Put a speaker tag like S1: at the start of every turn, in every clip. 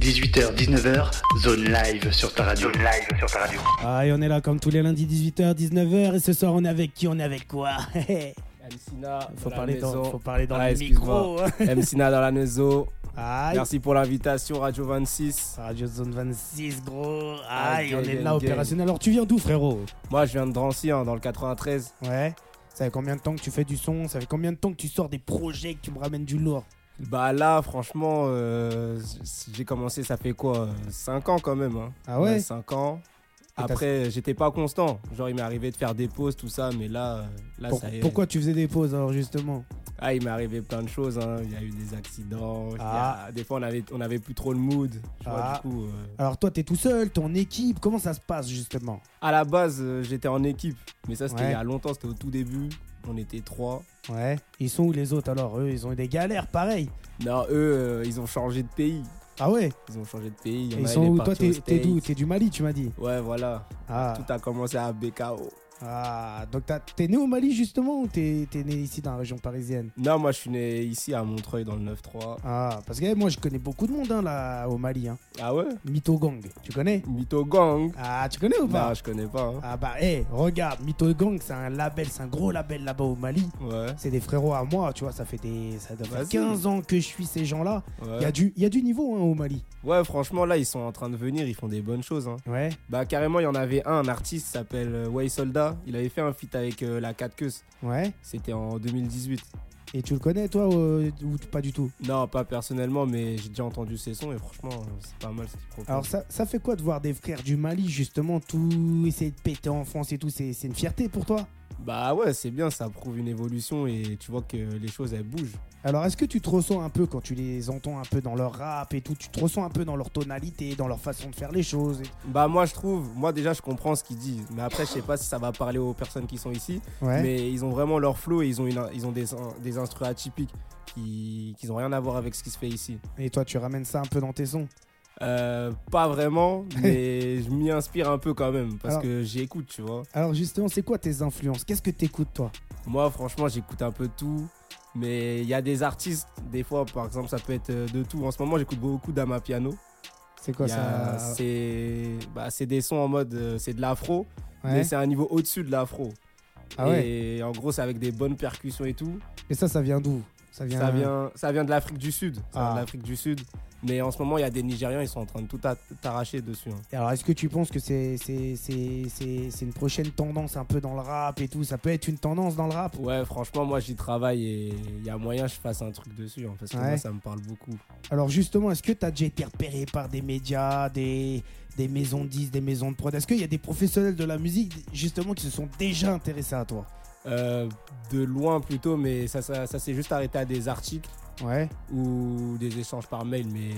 S1: 18h, 19h, zone live sur ta radio.
S2: Zone live sur ta radio.
S3: Ah, et on est là comme tous les lundis 18h, 19h. Et ce soir, on est avec qui On est avec quoi
S4: Mcina,
S3: faut,
S4: dans
S3: parler
S4: la
S3: dans,
S4: maison.
S3: faut parler dans
S4: Ah,
S3: le
S4: excuse-moi.
S3: micro.
S4: Mcina dans la maison.
S3: Aïe.
S4: Merci pour l'invitation, Radio 26.
S3: Radio Zone 26, gros. Aïe,
S4: Ah,
S3: on
S4: gang,
S3: est là,
S4: gang,
S3: opérationnel. Alors, tu viens d'où, frérot
S4: Moi, je viens de Drancy, hein, dans le 93.
S3: Ouais. Ça fait combien de temps que tu fais du son Ça fait combien de temps que tu sors des projets, que tu me ramènes du lourd
S4: Bah là, franchement, euh, j'ai commencé, ça fait quoi 5 ans quand même. Hein.
S3: Ah ouais
S4: 5 ans.
S3: Et t'as-
S4: Après, j'étais pas constant. Genre, il m'est arrivé de faire des pauses, tout ça, mais là, euh, là
S3: Pour-
S4: ça y est.
S3: Pourquoi tu faisais des pauses, alors, justement
S4: Ah, il m'est arrivé plein de choses. hein. Il y a eu des accidents. il y a- Des fois, on avait, on avait plus trop le mood. Tu vois,
S3: Ah.
S4: du coup, euh,
S3: Alors, toi, t'es tout seul, ton équipe, comment ça se passe, justement
S4: à la base, euh, j'étais en équipe. Mais ça, c'était
S3: Ouais.
S4: il y a longtemps, c'était au tout début. On était trois.
S3: Ouais. Ils sont où les autres, alors Eux, ils ont eu des galères, pareil.
S4: Non, eux, euh, ils ont changé de pays.
S3: Ah ouais
S4: Ils ont changé de pays. Il y en
S3: Ils
S4: a,
S3: sont
S4: il est
S3: où Toi,
S4: parti
S3: t'es
S4: aux
S3: t'es d'où
S4: States.
S3: T'es du Mali, tu m'as dit
S4: Ouais, voilà.
S3: Ah.
S4: Tout a commencé à BKO.
S3: Ah, donc t'as- t'es né au Mali justement ou t'es t'es né ici dans la région parisienne
S4: Non, moi, je suis né ici à Montreuil dans le 9-3.
S3: Ah, parce que eh, moi je connais beaucoup de monde hein, là au Mali. Hein.
S4: Ah ouais
S3: Mytho Gang, tu connais
S4: Mytho Gang.
S3: Ah, tu connais ou pas
S4: Non, je connais pas. hein.
S3: Ah bah, hé, regarde, Mytho Gang c'est un label, c'est un gros label là-bas au Mali.
S4: Ouais.
S3: C'est des frérots à moi, tu vois, ça fait des ça doit faire
S4: Vas-y.
S3: 15 ans que je suis ces gens-là. Il y, a
S4: Ouais.
S3: du- y a du niveau hein, au Mali.
S4: ouais, franchement, là, ils sont en train de venir. Ils font des bonnes choses. hein.
S3: Ouais.
S4: Bah, carrément, il y en avait un, un artiste qui s'appelle euh, Way Soldat. Il avait fait un feat avec euh, la 4 queues.
S3: Ouais.
S4: C'était en 2018.
S3: Et tu le connais toi euh, ou t- pas du tout
S4: Non, pas personnellement, mais j'ai déjà entendu ses sons et franchement, euh, c'est pas mal ce qu'il propose.
S3: Alors ça, ça fait quoi de voir des frères du Mali justement tout essayer de péter en France et tout C'est c'est une fierté pour toi
S4: Bah ouais, c'est bien, ça prouve une évolution et tu vois que les choses elles bougent.
S3: Alors, est-ce que tu te ressens un peu quand tu les entends un peu dans leur rap et tout Tu te ressens un peu dans leur tonalité, dans leur façon de faire les choses et-
S4: Bah moi je trouve, moi déjà je comprends ce qu'ils disent, mais après je sais pas si ça va parler aux personnes qui sont ici,
S3: Ouais.
S4: mais ils ont vraiment leur flow et ils ont, une, ils ont des, des instruments atypiques qui, qui ont rien à voir avec ce qui se fait ici.
S3: Et toi, tu ramènes ça un peu dans tes sons.
S4: Euh, pas vraiment, mais je m'y inspire un peu quand même parce
S3: Alors-
S4: que j'écoute, tu vois.
S3: Alors, justement, c'est quoi tes influences Qu'est-ce que t'écoutes, toi
S4: Moi, franchement, j'écoute un peu de tout. Mais il y a des artistes, des fois, par exemple, ça peut être euh, de tout. En ce moment, j'écoute beaucoup d'Ama Piano.
S3: C'est quoi
S4: Il y a-
S3: ça
S4: C'est bah, c'est des sons en mode. euh, C'est de l'afro,
S3: Ouais.
S4: mais c'est un niveau au-dessus de l'afro.
S3: Ah ouais.
S4: Et en gros, c'est avec des bonnes percussions et tout.
S3: Et ça, ça vient d'où Ça vient.
S4: Ça, vient, ça vient de l'Afrique du Sud. Ça vient
S3: Ah.
S4: de l'Afrique du Sud. Mais en ce moment, il y a des Nigérians, ils sont en train de tout a- t'arracher dessus. hein.
S3: Et Alors, est-ce que tu penses que c'est c'est- c'est- c'est- c'est une prochaine tendance un peu dans le rap et tout Ça peut être une tendance dans le rap
S4: Ouais, franchement, moi, j'y travaille et il y a moyen que je fasse un truc dessus. hein, parce que
S3: Ouais.
S4: moi, ça me parle beaucoup.
S3: Alors justement, est-ce que tu as déjà été repéré par des médias, des, des maisons de 10, des maisons de prod Est-ce qu'il y a des professionnels de la musique justement qui se sont déjà intéressés à toi
S4: Euh, de loin plutôt, mais ça, ça, ça s'est juste arrêté à des articles
S3: Ouais.
S4: ou des échanges par mail, mais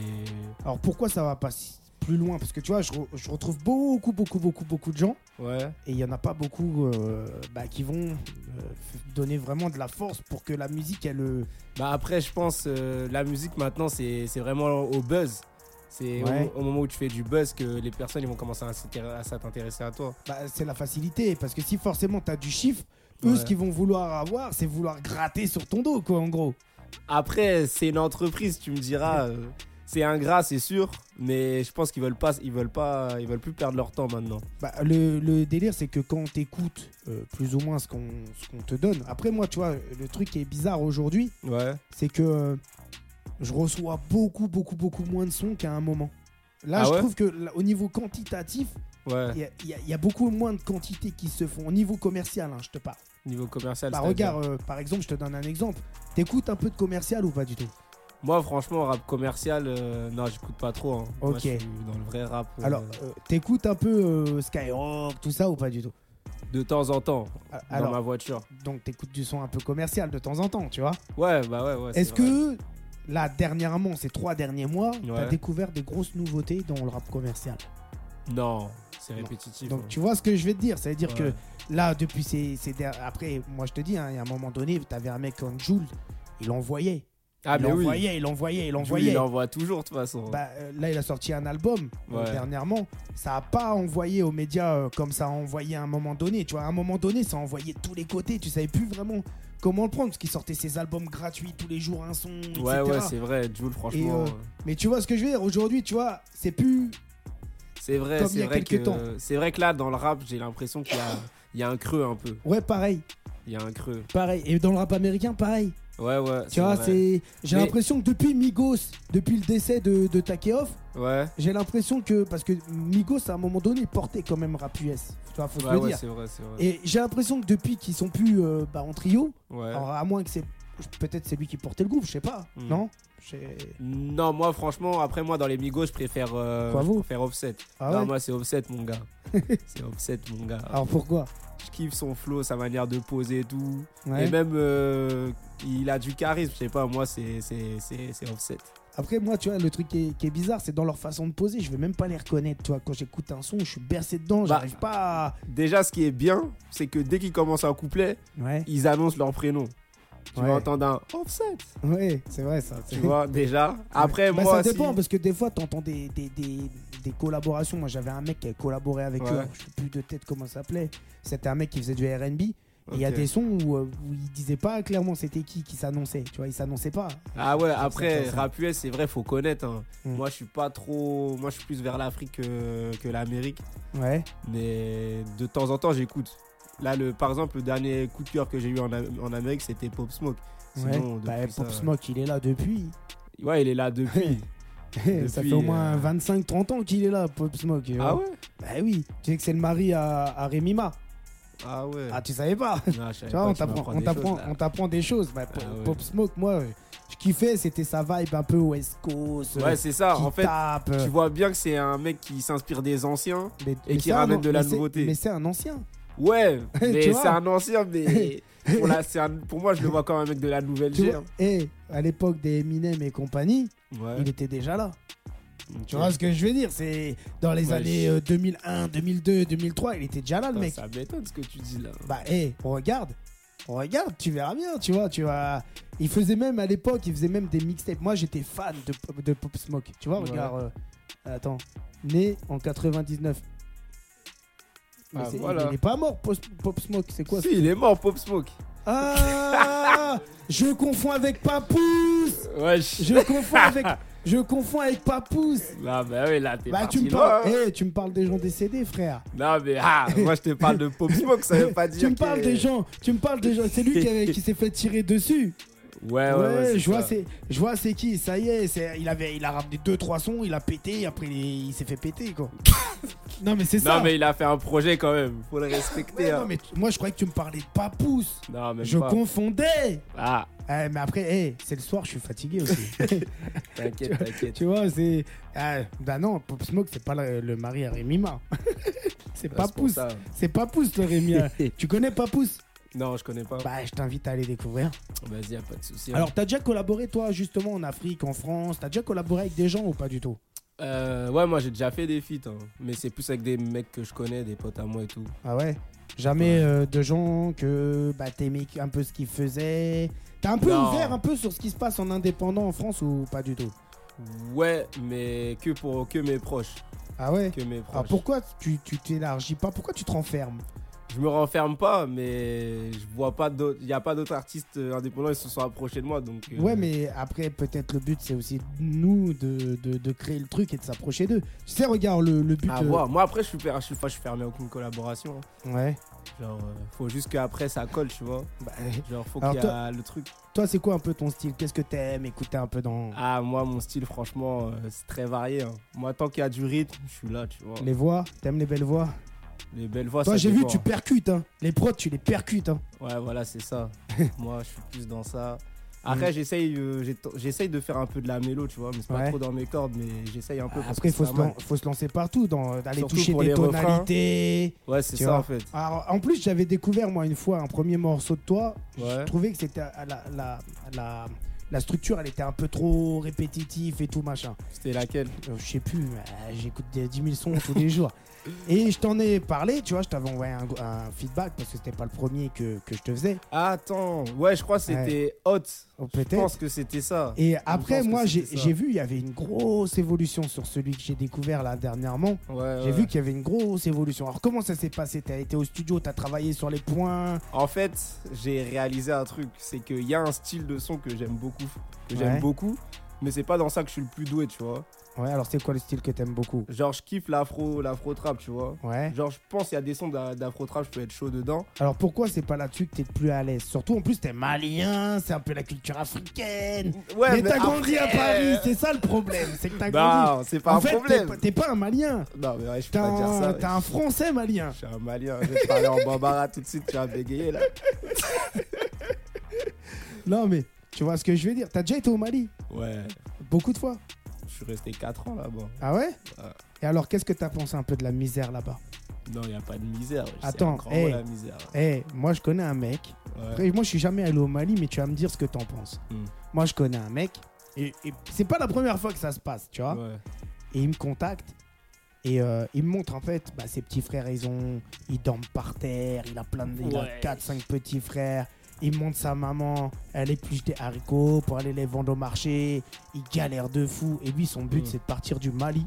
S3: Alors pourquoi ça va pas si- plus loin Parce que tu vois, je, re- je retrouve beaucoup, beaucoup, beaucoup, beaucoup de gens
S4: ouais.
S3: et il y en a pas beaucoup euh, bah, qui vont euh, f- donner vraiment de la force pour que la musique, elle... euh,
S4: Bah après, je pense euh, la musique maintenant, c'est c'est vraiment au buzz. C'est au-
S3: Ouais.
S4: au, moment où tu fais du buzz que les personnes ils vont commencer à s'intéresser- à s'intéresser à toi.
S3: bah, c'est la facilité. Parce que si forcément tu as du chiffre, eux,
S4: Ouais.
S3: ce qu'ils vont vouloir avoir, c'est vouloir gratter sur ton dos, quoi, en gros.
S4: Après, c'est une entreprise, tu me diras. euh, c'est ingrat, c'est sûr, mais je pense qu'ils veulent pas, ils veulent pas, ils veulent plus perdre leur temps maintenant.
S3: Bah, le, le délire, c'est que quand t'écoutes euh, plus ou moins ce qu'on ce qu'on te donne. Après, moi, tu vois, le truc qui est bizarre aujourd'hui,
S4: Ouais.
S3: c'est que euh, je reçois beaucoup, beaucoup, beaucoup moins de sons qu'à un moment. Là,
S4: Ah
S3: je
S4: ouais
S3: trouve que là, au niveau quantitatif,
S4: Ouais.
S3: il y a- il y, a- il y a beaucoup moins de quantités qui se font. Au niveau commercial, hein, je te parle.
S4: Niveau commercial.
S3: Bah,
S4: c'est-à-dire-
S3: regarde, euh, par exemple, je te donne un exemple. T'écoutes un peu de commercial ou pas du tout
S4: Moi, franchement, rap commercial, euh, non, j'écoute pas trop. hein. Moi,
S3: Ok.
S4: je suis dans le vrai rap. euh,
S3: Alors, euh, t'écoutes un peu euh, Skyrock, tout ça ou pas du tout
S4: de temps en temps,
S3: Alors,
S4: dans ma voiture.
S3: donc t'écoutes du son un peu commercial de temps en temps, tu vois
S4: Ouais, bah ouais, ouais. c'est
S3: Est-ce
S4: vrai.
S3: que là dernièrement, ces trois derniers mois, t'as
S4: Ouais.
S3: découvert des grosses nouveautés dans le rap commercial
S4: Non, c'est
S3: Non.
S4: répétitif.
S3: Donc
S4: hein.
S3: tu vois ce que je vais te dire, ça veut dire
S4: Ouais.
S3: que là depuis ces, ces der- après, moi je te dis, hein, il y a un moment donné, t'avais un mec comme Jules, il envoyait,
S4: Ah,
S3: il
S4: mais oui.
S3: envoyait, il envoyait, il
S4: Lui,
S3: envoyait.
S4: il envoie toujours, de toute façon.
S3: Bah, euh, là, il a sorti un album euh,
S4: Ouais.
S3: dernièrement. Ça a pas envoyé aux médias euh, comme ça a envoyé à un moment donné. Tu vois, à un moment donné, ça a envoyé de tous les côtés. Tu savais plus vraiment comment le prendre parce qu'il sortait ses albums gratuits tous les jours un son etc.
S4: Ouais, ouais, c'est vrai, Jules, franchement.
S3: euh, mais tu vois ce que je veux dire aujourd'hui tu vois c'est plus
S4: C'est vrai,
S3: comme il y
S4: c'est
S3: a
S4: vrai
S3: quelques
S4: que
S3: temps.
S4: c'est vrai que là dans le rap, j'ai l'impression qu'il y a il y a un creux un peu.
S3: ouais pareil
S4: Il y a un creux.
S3: pareil et dans le rap américain pareil
S4: Ouais ouais.
S3: tu vois
S4: vrai.
S3: c'est j'ai
S4: Mais-
S3: l'impression que depuis Migos depuis le décès de, de Takeoff
S4: ouais.
S3: j'ai l'impression que parce que Migos à un moment donné portait quand même rap US tu vois faut se
S4: Ouais,
S3: le
S4: ouais,
S3: dire
S4: c'est vrai, c'est vrai.
S3: et j'ai l'impression que depuis qu'ils sont plus euh, bah, en trio
S4: Ouais.
S3: Alors, à moins que c'est. Peut-être c'est lui qui portait le groupe, je sais pas.
S4: Hmm.
S3: Non J'ai-
S4: Non, moi franchement, après moi dans les Migos, je préfère euh,
S3: Quoi, vous
S4: je préfère Offset.
S3: Ah
S4: non,
S3: ouais Ah.
S4: moi c'est Offset mon gars. c'est Offset mon gars.
S3: Alors pourquoi
S4: Je kiffe son flow, sa manière de poser et tout.
S3: Ouais.
S4: Et ben- même euh, il a du charisme, je sais pas, moi c'est c'est c'est c'est Offset.
S3: Après, moi, tu vois, le truc qui est, qui est bizarre, c'est dans leur façon de poser, je vais même pas les reconnaître. Tu vois, quand j'écoute un son, je suis bercé dedans,
S4: Bah.
S3: j'arrive pas à.
S4: Déjà ce qui est bien, c'est que dès qu'ils commencent un couplet,
S3: Ouais.
S4: ils annoncent leur prénom. Tu
S3: Ouais.
S4: vas entendre un Offset.
S3: Ouais, c'est vrai ça.
S4: tu vois déjà après
S3: Bah, ça
S4: moi
S3: dépend
S4: si-
S3: parce que des fois, t'entends des, des, des, des collaborations. Moi, j'avais un mec qui a collaboré avec
S4: Ouais.
S3: eux, je sais plus de tête comment ça s'appelait. C'était un mec qui faisait du RB. Et il y a
S4: Ok.
S3: des sons où, euh, où il disait pas clairement c'était qui qui s'annonçait. Tu vois, il s'annonçait pas.
S4: ah ouais
S3: Ça,
S4: après
S3: ça, ça.
S4: rap US c'est vrai faut connaître hein.
S3: Mm.
S4: moi je suis pas trop moi je suis plus vers l'Afrique que, que l'Amérique
S3: Ouais.
S4: mais de temps en temps j'écoute là le par exemple le dernier coup de cœur que j'ai eu en, Am- en Amérique c'était Pop Smoke Sinon,
S3: ouais.
S4: depuis
S3: Bah,
S4: ça-
S3: Pop Smoke, il est là depuis.
S4: ouais il est là depuis
S3: ça
S4: Depuis,
S3: fait au moins
S4: euh,
S3: 25-30 ans qu'il est là, Pop Smoke. tu
S4: ah
S3: vois.
S4: ouais
S3: Bah oui. Tu sais que c'est le mari à, à Rémima.
S4: ah ouais
S3: Ah, tu savais pas
S4: Ah, je savais
S3: Tu vois,
S4: pas
S3: on
S4: que tu
S3: t'apprend- on t'apprend
S4: m'apprends des choses, là.
S3: on t'apprend des choses. Bah, Pop,
S4: Ah ouais.
S3: Pop Smoke, moi, je kiffais, c'était sa vibe un peu West Coast. euh,
S4: ouais c'est ça
S3: qui
S4: Ah, en fait
S3: tape.
S4: tu vois bien que c'est un mec qui s'inspire des anciens
S3: Mais-
S4: et
S3: mais
S4: qui
S3: c'est un
S4: ramène
S3: an-
S4: de la
S3: mais c'est-
S4: nouveauté.
S3: Mais c'est un ancien.
S4: ouais
S3: Tu
S4: mais
S3: vois.
S4: c'est un ancien mais pour, la- c'est un- pour moi je le vois comme un mec de la nouvelle
S3: Tu
S4: G
S3: vois, et à l'époque des Eminem et compagnie, il était déjà là. Tu vois ce que je veux dire C'est dans les
S4: Ouais,
S3: années
S4: je-
S3: euh, 2001, 2002, 2003, il était déjà là, le mec.
S4: Ça m'étonne ce que tu dis là.
S3: Bah, hé, regarde. Regarde, tu verras bien, tu vois, tu vas. Il faisait même à l'époque, il faisait même des mixtapes. Moi, j'étais fan de, Pop- de Pop Smoke. Tu vois,
S4: Ouais.
S3: regarde. euh, attends, né en 99. Mais
S4: Ah,
S3: c'est-
S4: voilà.
S3: Il est pas mort, Pop, Pop Smoke. C'est quoi
S4: si, il est mort, Pop Smoke.
S3: Ah Je confonds avec Papousse.
S4: Wesh.
S3: Je confonds avec. Je confonds avec Papousse.
S4: Là, bah oui, là, t'es
S3: Bah, tu
S4: parti
S3: me
S4: loin.
S3: parles.
S4: hein.
S3: Eh, tu me parles des gens décédés, frère.
S4: Non, mais ah, moi, je te parle de Pop Smoke, ça veut pas dire.
S3: Tu me
S4: que-
S3: parles des gens. Tu me parles des gens. C'est lui qui, avait- qui s'est fait tirer dessus.
S4: Ah Ouais, ouais,
S3: Ouais,
S4: ouais. c'est
S3: je vois
S4: ça.
S3: c'est, je vois c'est qui. Ça y est, c'est- il avait, il a ramené deux trois sons, il a pété, après il, est- il s'est fait péter quoi. non mais c'est ça.
S4: Non, mais il a fait un projet quand même. Faut le respecter.
S3: Ouais,
S4: hein.
S3: non, mais tu- moi je croyais que tu me parlais de Papousse.
S4: Non, même
S3: Je
S4: pas.
S3: confondais.
S4: Ah,
S3: Eh, mais après, eh, c'est le soir, je suis fatigué aussi.
S4: t'inquiète, t'inquiète.
S3: tu vois, c'est. Ah, bah non, Pop Smoke, c'est pas le, le mari à Rémima. Bah, c'est
S4: Ouais, c'est pour
S3: Papousse.
S4: ça.
S3: C'est Papousse le Rémi. tu connais Papousse
S4: Non, je connais pas.
S3: Bah, je t'invite à aller découvrir.
S4: Vas-y, y'a pas de hein. soucis.
S3: Alors, t'as déjà collaboré, toi, justement, en Afrique, en France T'as déjà collaboré avec des gens ou pas du tout
S4: Euh, ouais, moi, j'ai déjà fait des feats, hein. mais c'est plus avec des mecs que je connais, des potes à moi et tout.
S3: Ah ouais Jamais euh, de gens que bah, t'aimais un peu ce qu'ils faisaient T'es un peu
S4: Non.
S3: ouvert un peu sur ce qui se passe en indépendant en France ou pas du tout
S4: Ouais, mais que pour que mes proches.
S3: Ah ouais
S4: Que mes proches.
S3: Alors pourquoi tu tu t'élargis pas Pourquoi tu te renfermes
S4: Je me renferme pas, mais je vois pas d'autres. Il n'y a pas d'autres artistes euh, indépendants qui se sont approchés de moi. Donc, euh,
S3: Ouais, mais après, peut-être le but, c'est aussi nous de, de, de créer le truc et de s'approcher d'eux. Tu sais, regarde, le, le but.
S4: À
S3: euh,
S4: voir. Ah, Moi, après, je suis, fer- je suis, enfin, je suis fermé à aucune collaboration. hein.
S3: Ouais.
S4: Genre, euh, faut juste qu'après ça colle, tu vois.
S3: Bah,
S4: Genre, faut
S3: Alors
S4: qu'il y a le truc.
S3: toi, c'est quoi un peu ton style Qu'est-ce que t'aimes écouter un peu dans
S4: Ah, moi, mon style, franchement, euh, c'est très varié. hein. Moi, tant qu'il y a du rythme, je suis là, tu vois. Les,
S3: les voix T'aimes les belles voix
S4: belles voix,
S3: Toi,
S4: Ah, ça
S3: j'ai vu,
S4: dépend,
S3: tu
S4: hein.
S3: percutes, hein. Les prods, tu les percutes, hein.
S4: Ouais, voilà, c'est ça. moi, je suis plus dans ça.
S3: Mm.
S4: Après, j'essaye, euh, j'ai- j'essaye de faire un peu de la mélo, tu vois, mais c'est pas
S3: Ouais. Ah,
S4: trop dans mes cordes, mais j'essaye un peu. parce
S3: Après,
S4: que
S3: il faut,
S4: ça
S3: se
S4: manque.
S3: lan- faut se lancer partout, dans, euh, d'aller
S4: Surtout
S3: toucher
S4: pour
S3: des
S4: les refrains.
S3: tonalités.
S4: Ouais, c'est
S3: Tu
S4: ça
S3: vois.
S4: en fait.
S3: Alors, en plus,
S4: Hein?
S3: j'avais découvert, moi, une fois, un premier morceau de toi.
S4: Ouais.
S3: Je trouvais que c'était à euh, la, la, la, la structure, elle était un peu trop répétitive et tout machin.
S4: C'était laquelle
S3: Euh, je sais plus, mais j'écoute des 10 000 sons tous les jours. Et je t'en ai parlé, tu vois, je t'avais envoyé un, un feedback parce que c'était pas le premier que, que je te faisais.
S4: Attends, ouais, je crois que c'était Hot.
S3: Oh,
S4: Je
S3: Peut-être.
S4: pense que c'était ça.
S3: Et après,
S4: pense que
S3: moi, j'ai
S4: c'était ça.
S3: j'ai vu, il y avait une grosse évolution sur celui que j'ai découvert là dernièrement.
S4: Ouais,
S3: J'ai
S4: Ah ouais.
S3: vu qu'il y avait une grosse évolution. Alors, comment ça s'est passé T'as été au studio, t'as travaillé sur les points.
S4: En fait, j'ai réalisé un truc, c'est qu'il y a un style de son que j'aime beaucoup, que
S3: Ouais.
S4: j'aime beaucoup, mais c'est pas dans ça que je suis le plus doué, tu vois.
S3: Ouais, alors c'est quoi le style que t'aimes beaucoup
S4: Genre, je kiffe l'afro, l'afro trap, tu vois.
S3: Ouais.
S4: Genre, je pense qu'il y a des sons d'a- d'afro trap, je peux être chaud dedans.
S3: Alors, pourquoi c'est pas là-dessus que t'es le plus à l'aise Surtout, en plus, t'es malien, c'est un peu la culture africaine.
S4: Ouais,
S3: mais t'as grandi à
S4: après- Bah,
S3: Paris, c'est ça le problème. C'est que t'as grandi.
S4: Non, c'est pas
S3: En
S4: un
S3: fait, t'es
S4: problème.
S3: pas- t'es pas un malien.
S4: Non, mais ouais, je peux
S3: T'as
S4: pas dire ça.
S3: un,
S4: ouais.
S3: t'as un français malien.
S4: Je suis un malien, je vais te parler en bambara tout de suite, tu vas bégayer là.
S3: Non, mais tu vois ce que je veux dire. T'as déjà été au Mali
S4: Ouais,
S3: beaucoup de fois.
S4: je suis resté 4 ans là-bas.
S3: Ah ouais
S4: Ouais.
S3: Et alors, qu'est-ce que t'as pensé un peu de la misère là-bas
S4: Non, y a pas de misère. c'est
S3: Attends,
S4: un grand
S3: hey.
S4: mot, la misère.
S3: Eh, moi je connais un mec.
S4: Ouais.
S3: Après, moi je suis jamais allé au Mali, mais tu vas me dire ce que t'en penses.
S4: Hmm.
S3: Moi je connais un mec. Et, et c'est pas la première fois que ça se passe, tu vois.
S4: Ouais.
S3: Et il me contacte. Et euh, il me montre en fait bah, ses petits frères, ils ont, ils dorment par terre. Il a plein de, il a
S4: Ouais.
S3: 4-5 petits frères. Il montre sa maman, elle épluche des haricots pour aller les vendre au marché. Il galère de fou. Et lui, son but,
S4: Hmm.
S3: c'est de partir du Mali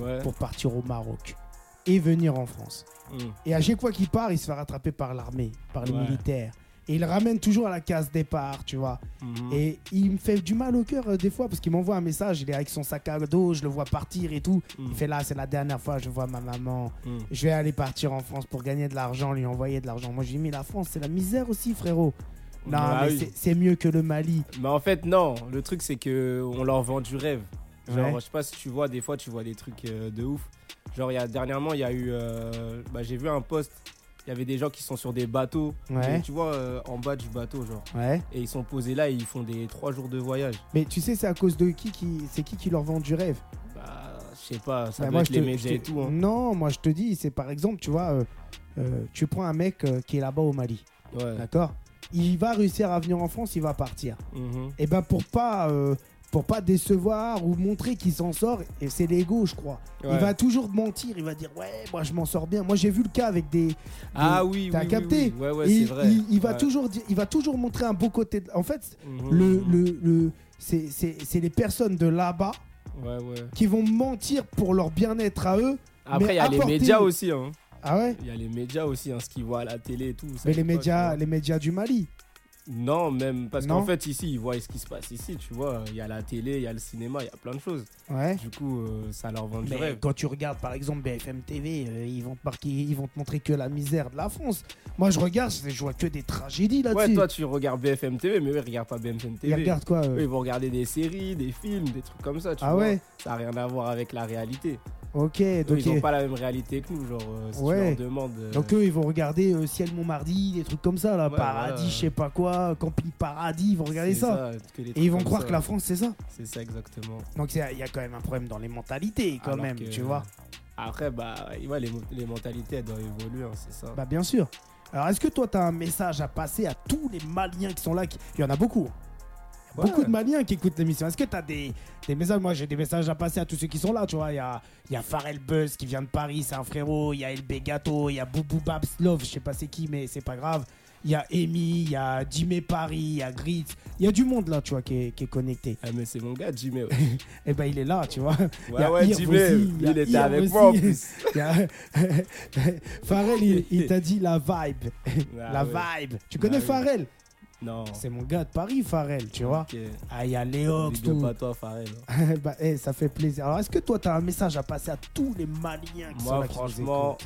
S4: Ouais.
S3: pour partir au Maroc et venir en France.
S4: Mm.
S3: Et à chaque fois qu'il part, il se fait rattraper par l'armée, par les
S4: Ouais.
S3: militaires. Et il le ramène toujours à la case départ, tu vois.
S4: Mhm.
S3: Et il me fait du mal au cœur euh, des fois parce qu'il m'envoie un message. Il est avec son sac à dos, je le vois partir et tout.
S4: Mm.
S3: Il fait là, c'est la dernière fois, je vois ma maman.
S4: Mm.
S3: Je vais aller partir en France pour gagner de l'argent, lui envoyer de l'argent. Moi, je lui ai mis la France, c'est la misère aussi, frérot. Non,
S4: Bah
S3: mais
S4: oui.
S3: c'est- c'est mieux que le Mali.
S4: Mais en fait, non. Le truc, c'est que on leur vend du rêve. Genre,
S3: Ouais.
S4: je sais pas si tu vois, des fois, tu vois des trucs euh, de ouf. Genre, il y a, dernièrement, il y a eu. euh, bah, j'ai vu un post. Il y avait des gens qui sont sur des bateaux.
S3: Ouais.
S4: Et tu vois, euh, en bas du bateau, genre.
S3: Ouais.
S4: Et ils sont posés là et ils font des trois jours de voyage.
S3: Mais tu sais, c'est à cause de qui, qui C'est qui qui leur vend du rêve
S4: Bah, je sais pas, ça
S3: Bah,
S4: doit être
S3: je
S4: les
S3: te-
S4: médias
S3: je
S4: et
S3: te-
S4: tout. hein.
S3: Non, moi je te dis, c'est par exemple, tu vois, euh, euh, tu prends un mec euh, qui est là-bas au Mali,
S4: Ouais.
S3: d'accord Il va réussir à venir en France, il va partir.
S4: Mhm.
S3: Et ben pour pas euh, pour pas décevoir ou montrer qu'il s'en sort, et c'est l'ego, je crois.
S4: Ouais.
S3: Il va toujours mentir, il va dire ouais, moi je m'en sors bien. Moi j'ai vu le cas avec des. des-
S4: Ah oui,
S3: T'as
S4: oui, oui,
S3: capté
S4: oui. Ouais, ouais, c'est
S3: il,
S4: vrai.
S3: il- il va
S4: Ouais.
S3: toujours dire- il va toujours montrer un beau côté. de- En fait,
S4: Mhm.
S3: le le, le- c'est- c'est c'est les personnes de là-bas
S4: Ouais, ouais.
S3: qui vont mentir pour leur bien-être à eux.
S4: Après, il y a les
S3: apporter-
S4: médias aussi. Hein.
S3: Ah ouais.
S4: Il y a les médias aussi, hein, ce qu'ils voient à la télé et tout. ça
S3: Mais
S4: fait
S3: les
S4: pas,
S3: médias,
S4: tu
S3: les médias du Mali.
S4: vois. Non, même parce
S3: Non.
S4: qu'en fait, ici, ils voient ce qui se passe ici, tu vois. Il y a la télé, il y a le cinéma, il y a plein de choses.
S3: Ouais.
S4: Du coup, euh, ça leur vend du
S3: Mais
S4: rêve.
S3: quand tu regardes par exemple BFM TV, euh, ils, vont te marquer- ils vont te montrer que la misère de la France. Moi je regarde, je vois que des tragédies
S4: Ouais,
S3: là-dessus.
S4: toi, tu regardes BFM TV, mais eux, ils regardent pas BFM TV.
S3: ils regardent quoi euh
S4: Eux, ils vont regarder des séries, des films, des trucs comme ça, tu
S3: Ah
S4: vois.
S3: ouais
S4: Ça n'a rien à voir avec la réalité.
S3: Ok,
S4: Eux,
S3: donc,
S4: ils
S3: euh,
S4: ont pas la même réalité que nous, genre, euh, si
S3: Ouais.
S4: tu leur demandes. euh,
S3: donc eux ils vont regarder euh, Ciel Montmardi, des trucs comme ça là,
S4: Ouais,
S3: Paradis,
S4: voilà.
S3: je sais pas quoi, Camping Paradis, ils vont regarder
S4: c'est
S3: ça.
S4: que les
S3: Et
S4: trucs
S3: ils vont
S4: comme
S3: croire
S4: ça.
S3: que la France c'est ça.
S4: C'est ça, exactement.
S3: Donc c'est- il y a quand même un problème dans les mentalités quand
S4: Alors
S3: même,
S4: que-
S3: tu vois.
S4: Après, bah, ouais, les, mo- les mentalités, elles doivent évoluer, hein, c'est ça.
S3: Bah bien sûr. Alors est-ce que toi t'as un message à passer à tous les Maliens qui sont là qui- Il y en a beaucoup. Il y a
S4: Ouais.
S3: Beaucoup de Maliens qui écoutent l'émission. Est-ce que t'as des, des messages Moi j'ai des messages à passer à tous ceux qui sont là, tu vois. Il y a, il y a Pharrell Buzz qui vient de Paris, c'est un frérot. Il y a El Begato, il y a Boubou Babs Love, je sais pas c'est qui, mais c'est pas grave. Il y a Amy, il y a Jimmy Paris, il y a Grit. Il y a du monde là, tu vois, qui est, qui est connecté.
S4: Ah, mais c'est mon gars, Jimmy. Ouais,
S3: Et ben il est là, tu vois. Il y
S4: ouais,
S3: a
S4: ouais
S3: Irv
S4: Jimmy,
S3: aussi, il y a
S4: il était
S3: Irv
S4: avec moi en
S3: aussi.
S4: plus.
S3: Il y a- Pharrell, il, il t'a dit la vibe. la
S4: Ah, ouais.
S3: vibe. Tu connais
S4: Ah oui.
S3: Pharrell
S4: Non.
S3: C'est mon gars de Paris, Pharrell, tu vois.
S4: Ok.
S3: Ah, il y a Léox,
S4: Big up
S3: tout.
S4: à toi, hein. Ah, Pharrell.
S3: bah, eh, ça fait plaisir. Alors, est-ce que toi, t'as un message à passer à tous les Maliens qui sont
S4: Moi,
S3: là, qui nous
S4: franchement,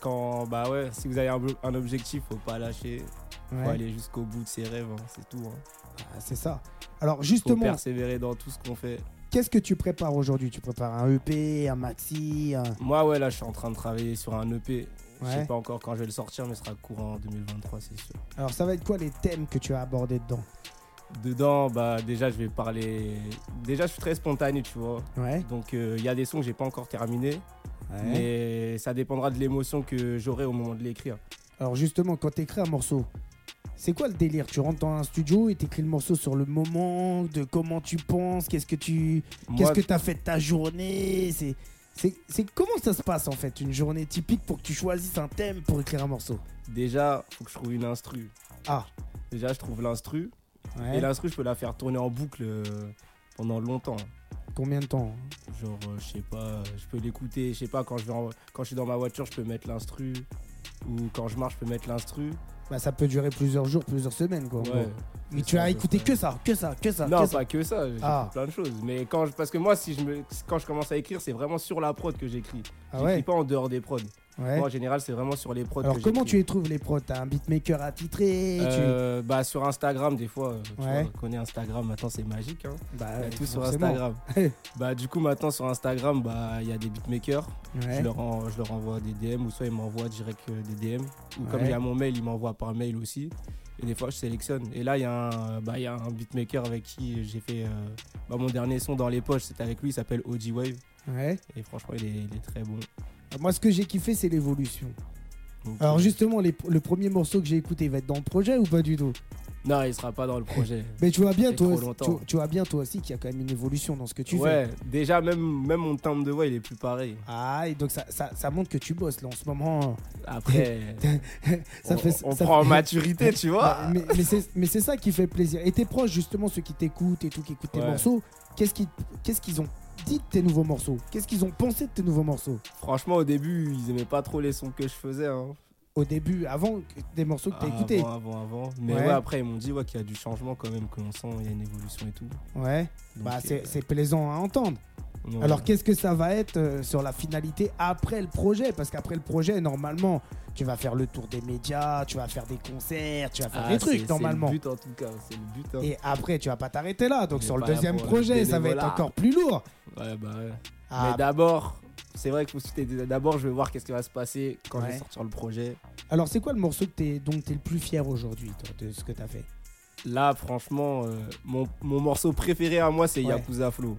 S4: quand. Bah ouais, si vous avez un, un objectif, faut pas lâcher.
S3: écoutent
S4: Faut
S3: Ouais,
S4: aller jusqu'au bout de ses rêves, hein, c'est tout. Hein.
S3: ah, c'est ça. Alors,
S4: Faut
S3: justement,
S4: persévérer dans tout ce qu'on fait.
S3: qu'est-ce que tu prépares aujourd'hui Tu prépares un EP, un maxi un-
S4: Moi, ouais, là, je suis en train de travailler sur un EP. Je
S3: Ouais.
S4: sais pas encore quand je vais le sortir, mais ce sera courant en 2023, c'est sûr.
S3: Alors, ça va être quoi les thèmes que tu as abordés dedans
S4: Dedans, bah déjà, je vais parler. Déjà, je suis très spontané, tu vois.
S3: Ouais.
S4: Donc, euh, il y a des sons que j'ai pas encore terminés, mais ça dépendra de l'émotion que j'aurai au moment de l'écrire.
S3: Alors, justement, quand t'écris un morceau, C'est quoi le délire Tu rentres dans un studio et t'écris le morceau sur le moment, de comment tu penses, qu'est-ce que tu,
S4: Moi,
S3: qu'est-ce que t'as fait de ta journée. C'est, c'est, c'est comment ça se passe en fait une journée typique pour que tu choisisses un thème pour écrire un morceau.
S4: déjà, faut que je trouve une instru.
S3: Ah.
S4: Déjà, je trouve l'instru.
S3: Ouais.
S4: Et l'instru, je peux la faire tourner en boucle euh, pendant longtemps.
S3: Combien de temps
S4: Genre, euh, je sais pas, euh, je peux l'écouter, je sais pas, quand je, vais en- quand je suis dans ma voiture, je peux mettre l'instru. Ou quand je marche, je peux mettre l'instru.
S3: Bah ça peut durer plusieurs jours, plusieurs semaines quoi. en
S4: Ouais.
S3: gros. Mais
S4: C'est
S3: tu
S4: ça, à
S3: as
S4: peu
S3: écouté
S4: près.
S3: que ça, que ça, que ça.
S4: Non,
S3: que ça.
S4: pas que ça, j'ai
S3: Ah.
S4: fait plein de choses. Mais quand je, parce que moi, si je me, quand je commence à écrire, c'est vraiment sur la prod que j'écris.
S3: Ah
S4: j'écris
S3: ouais.
S4: pas en dehors des prods.
S3: ouais.
S4: Moi, en général, c'est vraiment sur les prods.
S3: Alors
S4: que
S3: comment tu
S4: j'écris.
S3: les trouves les prods T'as un beatmaker attitré tu...
S4: Euh, Bah, sur Instagram, des fois. euh, Tu
S3: Ouais.
S4: vois, on connaît Instagram, maintenant, c'est magique. Hein.
S3: Bah,
S4: Il y a tout sur
S3: forcément.
S4: Instagram. bah, du coup, maintenant, sur Instagram, bah, il y a des beatmakers.
S3: Ouais.
S4: Je, leur en- je leur envoie des DM, ou soit ils m'envoient direct euh, des DM. Ou comme
S3: Ouais.
S4: il y a mon mail, ils m'envoient par mail aussi. Et des fois, je sélectionne. Et là, il y, a un- bah, il y a un beatmaker avec qui j'ai fait euh, bah, mon dernier son dans les poches. C'était avec lui, il s'appelle OG Wave.
S3: Ouais.
S4: Et franchement, il est, il est très bon.
S3: Moi ce que j'ai kiffé c'est l'évolution.
S4: Donc,
S3: Alors
S4: euh,
S3: justement les- le premier morceau que j'ai écouté il va être dans le projet ou pas du tout
S4: Non, il sera pas dans le projet.
S3: Mais tu vois bien
S4: C'est
S3: toi
S4: trop
S3: aussi-
S4: longtemps.
S3: tu, tu vois bien toi aussi qu'il y a quand même une évolution dans ce que tu fais.
S4: ouais, déjà, même, même mon timbre de voix, il est plus pareil.
S3: Ah et donc ça, ça, ça montre que tu bosses là en ce moment.
S4: Après,
S3: Ça
S4: on,
S3: fait-
S4: on
S3: ça
S4: prend en
S3: fait-
S4: maturité, tu vois.
S3: Bah, Mais, mais c'est- mais c'est ça qui fait plaisir. Et tes proches, justement, ceux qui t'écoutent et tout, qui écoutent tes
S4: Ouais.
S3: morceaux, qu'est-ce qu'ils qu'est-ce qu'ils ont dit de tes nouveaux morceaux Qu'est-ce qu'ils ont pensé de tes nouveaux morceaux
S4: Franchement, au début, ils aimaient pas trop les sons que je faisais. hein.
S3: Au début, avant que- des morceaux que t'as
S4: Ah,
S3: écoutés.
S4: Avant, avant, avant. Mais
S3: Ouais.
S4: ouais, après, ils m'ont dit ouais, qu'il y a du changement quand même, que l'on sent, il y a une évolution et tout.
S3: Ouais,
S4: Donc,
S3: bah c'est
S4: euh,
S3: c'est plaisant à entendre.
S4: ouais.
S3: Alors qu'est-ce que ça va être euh, sur la finalité après le projet Parce qu'après le projet, normalement, tu vas faire le tour des médias, tu vas faire des concerts, tu vas faire
S4: Ah,
S3: des
S4: c'est-
S3: trucs normalement.
S4: C'est le but en tout cas, c'est le but. hein.
S3: Et après, tu vas pas t'arrêter là. Donc
S4: Mais
S3: sur le
S4: pas là
S3: deuxième
S4: pour
S3: projet,
S4: le
S3: ça va être
S4: bénévolat.
S3: encore plus lourd.
S4: Ouais, bah ouais.
S3: Ah,
S4: Mais d'abord, c'est vrai que faut citer- d'abord, je vais voir qu'est-ce qui va se passer quand je
S3: Ouais.
S4: vais sortir le projet.
S3: Alors, c'est quoi le morceau que t'es, dont tu es le plus fier aujourd'hui, toi, de ce que tu as fait
S4: Là, franchement, euh, mon, mon morceau préféré à moi, c'est
S3: Ouais.
S4: Yakuza Flow.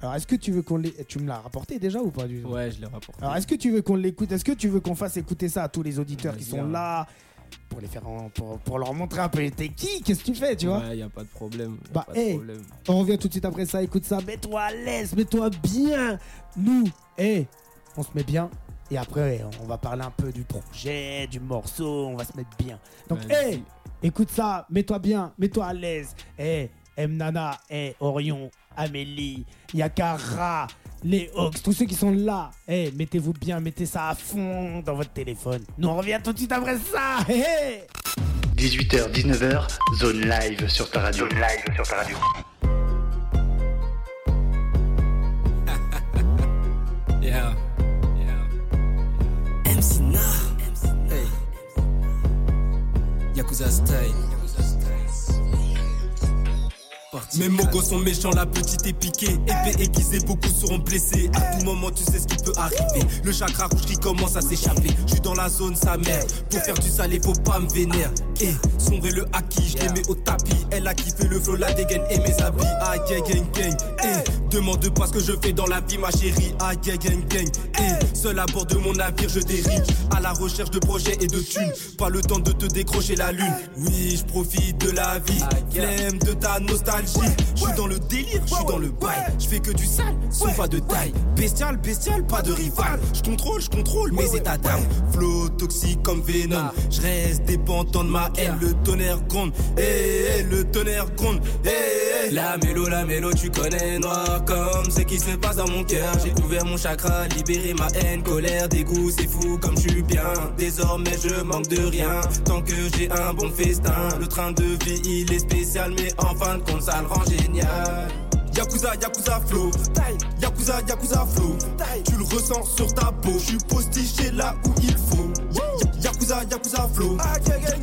S3: Alors, est-ce que tu veux qu'on l'é- Tu me l'as rapporté déjà ou pas du tout
S4: Ouais, je l'ai rapporté.
S3: Alors, est-ce que tu veux qu'on l'écoute Est-ce que tu veux qu'on fasse écouter ça à tous les auditeurs qui
S4: Vas-y,
S3: sont
S4: hein.
S3: là pour, les faire en- pour, pour leur montrer un peu t'es qui Qu'est-ce que tu fais, tu vois
S4: Ouais, y a pas de problème. y a
S3: Bah,
S4: pas de
S3: hey.
S4: problème.
S3: On revient tout de suite après ça, écoute ça, mets-toi à l'aise, mets-toi bien. Nous, hé, on se met bien. Et après, on va parler un peu du projet, du morceau, on va se mettre bien. Donc, hé,
S4: Vas-y.
S3: Écoute ça, mets-toi bien, mets-toi à l'aise. Eh, M. Nana, eh, Orion, Amélie, Yakara, les Hawks, tous ceux qui sont là. Eh, mettez-vous bien, mettez ça à fond dans votre téléphone. Nous, on revient tout de suite après ça. Eh, eh.
S1: 18h, 19h, zone live sur ta radio. Zone live sur ta radio.
S2: Yeah. Yeah. MC Nah. Hey. Yakuza style. Parti.
S5: Mes mogos sont méchants, la petite est piquée. Épée aiguisée, beaucoup seront blessés. À tout moment, tu sais ce qui peut arriver. Le chakra rouge qui commence à s'échapper. Je suis dans la zone, sa mère. Pour faire du salé, faut pas me vénère. Et sombrer le haki, je les mets au tapis. Elle a kiffé le flow, la dégaine et mes habits. Aïe, gang, gang, gang. Et demande pas ce que je fais dans la vie, ma chérie. Aïe, gang, gang, gang. Et seul à bord de mon navire, je dérive. À la recherche de projets et de thunes. Pas le temps de te décrocher la lune. Oui, je profite de la vie. Flemme de ta nostalgie. Je suis dans le délire, je suis dans le bail. Je fais que du sale, son pas de taille. Bestial, bestial, pas de rival. Je contrôle, je contrôle mes états d'âme. Flow toxique comme
S2: Ah.
S5: Venom. Je reste dépendant de ma haine. Le tonnerre gronde, eh, eh, le tonnerre gronde, eh, eh.
S2: La mélo, la mélo, tu connais noir comme ce qui se passe dans mon cœur. J'ai ouvert mon chakra, libéré ma haine, colère, dégoût, c'est fou comme je suis bien. Désormais je manque de rien, tant que j'ai un bon festin. Le train de vie il est spécial, mais en fin de compte ça le rend génial.
S5: Yakuza, Yakuza flow. Yakuza, Yakuza flow. Tu le ressens sur ta peau. Je suis postiché là où il faut. Ya- Yakuza, Yakuza flow.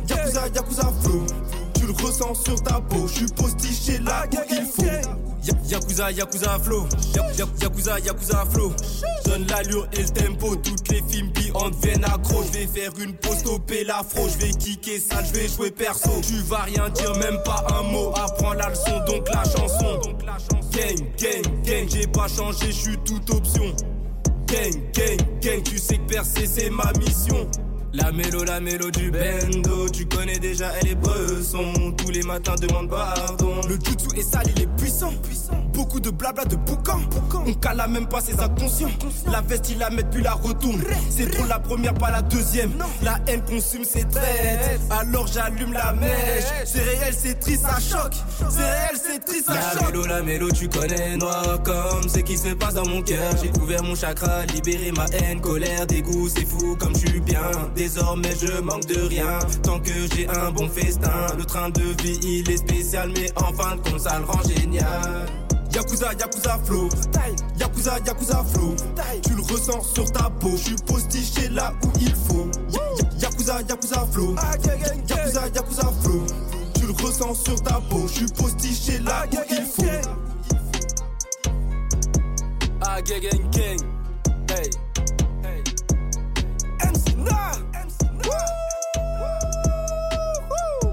S5: Yakuza, Yakuza flow. Tu le ressens sur ta peau. Je suis postiché là où il faut.
S2: Ya- Yakuza, Yakuza flow, Ya- ya- Yakuza, Yakuza flow. Donne l'allure et le tempo, toutes les films qui en deviennent accro. Je vais faire une pause, stopper l'afro, je vais kicker ça, je vais jouer perso. Tu vas rien dire, même pas un mot. Apprends la leçon, donc la chanson. Gang, gang, gang, j'ai pas changé, je suis toute option. Gang, gang, gang, tu sais que percer c'est ma mission. La mélo, la mélo du bendo, tu connais déjà, elle est bresson. Tous les matins demande pardon.
S5: Le jutsu est sale, il est puissant. Beaucoup de blabla de boucan. On cala même pas ses inconscients. La veste, il la met puis la retourne. C'est trop la première, pas la deuxième. La haine consume ses traites. Alors j'allume la mèche. C'est réel, c'est triste, ça choque. C'est réel, c'est triste, ça
S2: La
S5: choque.
S2: mélo, la mélo, tu connais noir comme ce qui se passe dans mon cœur. J'ai couvert mon chakra, libéré ma haine, colère, dégoût, c'est fou comme je suis bien. Désormais je manque de rien, tant que j'ai un bon festin. Le train de vie il est spécial, mais en fin de compte ça le rend génial.
S5: Yakuza, Yakuza flow, Yakuza, Yakuza flow. Tu le ressens sur ta peau, je suis postiché là où il faut. Ya- ya- Yakuza, Yakuza flow, Yakuza, Yakuza flow. Tu le ressens sur ta peau, je suis postiché là où il faut.
S2: Ah, gang, gang, gang. Hey, hey.
S5: MC Nah, MC Nah. Wouhou.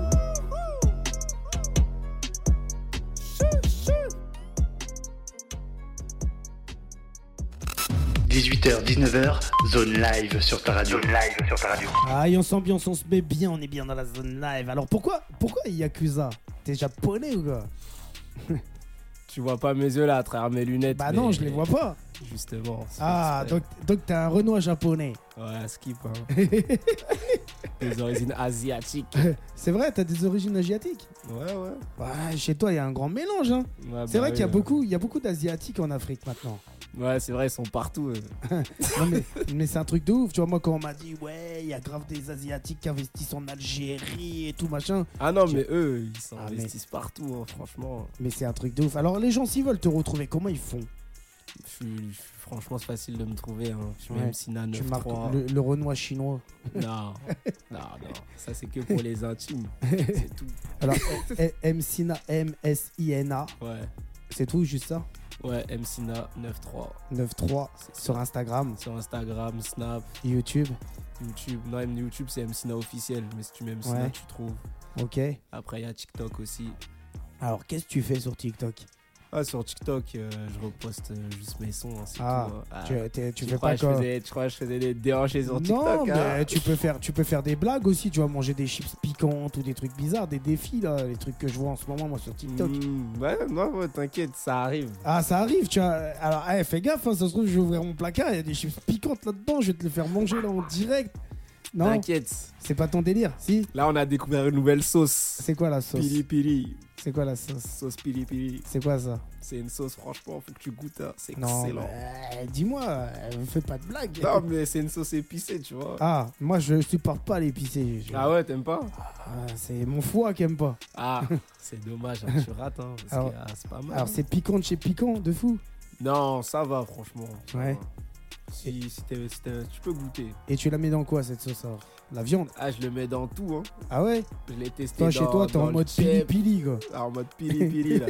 S5: Chut, chut.
S1: 18h, 19h, zone live sur ta radio. Zone live sur ta radio.
S3: Aïe, on s'ambiance, on se met bien, on est bien dans la zone live. Alors pourquoi, pourquoi Yakuza T'es japonais ou quoi
S4: Tu vois pas mes yeux là à travers mes lunettes.
S3: Bah
S4: mais-
S3: non, je les vois pas.
S4: Justement. c'est
S3: Ah,
S4: exprès.
S3: donc, donc t'es un Renoir japonais.
S4: Ouais, skip. Hein. Des origines asiatiques.
S3: C'est vrai, t'as des origines asiatiques.
S4: Ouais, ouais.
S3: Ouais, chez toi, il y a un grand mélange. Hein.
S4: Ouais,
S3: C'est
S4: bah
S3: vrai
S4: oui,
S3: qu'il y a
S4: ouais.
S3: beaucoup, il y a beaucoup d'asiatiques en Afrique maintenant.
S4: Ouais, c'est vrai, ils sont partout. euh.
S3: Non, mais, mais c'est un truc de ouf. Tu vois, moi, quand on m'a dit, ouais, il y a grave des asiatiques qui investissent en Algérie et tout machin.
S4: Ah non, mais eux, ils s'investissent
S3: mais-
S4: partout, hein, franchement.
S3: Mais c'est un truc de ouf. Alors les gens, s'ils veulent te retrouver, comment ils font
S4: Je suis- je suis- franchement, c'est facile de me trouver. Hein. Je suis
S3: Ouais.
S4: même Sina
S3: Tu marques
S4: 93.
S3: le, le Renoir chinois.
S4: Non, non, non. Ça, c'est que pour les intimes. C'est tout.
S3: Alors, eh, eh, M-Sina, M-S-I-N-A,
S4: Ouais.
S3: c'est tout, juste ça
S4: Ouais, MCina93.
S3: 9-3 sur Instagram,
S4: Sur Instagram, Snap,
S3: YouTube,
S4: YouTube. Non, même YouTube, c'est MCina officiel. Mais si tu mets MCina,
S3: Ouais.
S4: tu trouves.
S3: ok
S4: Après, il y a TikTok aussi.
S3: Alors, qu'est-ce que tu fais sur TikTok
S4: Ah, sur TikTok, euh, je reposte euh, juste mes sons. hein, c'est
S3: Ah,
S4: tout, hein. Ah,
S3: Tu, t'es- tu fais
S4: crois
S3: pas
S4: que je
S3: quoi
S4: faisais- Tu crois que je faisais des dérangés sur
S3: Non,
S4: TikTok hein
S3: mais tu peux, faire, tu peux faire des blagues aussi, tu vois, manger des chips piquantes ou des trucs bizarres, des défis, là, les trucs que je vois en ce moment, moi, sur TikTok.
S4: Mm, ouais, non, ouais, t'inquiète, ça arrive.
S3: Ah, ça arrive, tu vois. Alors, eh, fais gaffe, hein, ça se trouve, je vais ouvrir mon placard, il y a des chips piquantes là-dedans, je vais te les faire manger là en direct. Non,
S4: T'inquiète.
S3: c'est pas ton délire, si
S4: Là, on a découvert une nouvelle sauce.
S3: C'est quoi la sauce
S4: Pili pili.
S3: C'est quoi la sauce
S4: Sauce pili pili.
S3: C'est quoi ça
S4: C'est une sauce, franchement, faut que tu goûtes. hein, C'est
S3: Non,
S4: excellent.
S3: mais, euh, dis-moi, euh, fais pas de blagues.
S4: Non, mais c'est une sauce épicée, tu vois. Ah,
S3: Ah, moi je supporte pas l'épicé. je-
S4: ouais, t'aimes pas
S3: Ah, c'est mon foie qui aime pas.
S4: Ah, c'est dommage, hein, tu rates. Hein, parce
S3: Alors-
S4: que, ah, c'est pas mal.
S3: Alors c'est piquant de chez piquant, de fou.
S4: Non, ça va, franchement. ça
S3: Ouais.
S4: va. Si, si t'es- si t'es- tu peux goûter.
S3: Et tu la mets dans quoi cette sauce alors La viande.
S4: Ah, je le mets dans tout, hein.
S3: Ah ouais
S4: Je l'ai testé
S3: Toi
S4: dans,
S3: chez toi, t'es
S4: dans
S3: en
S4: le
S3: mode Ah. pili
S4: kebab.
S3: pili quoi.
S4: Ah, en mode pili pili, là.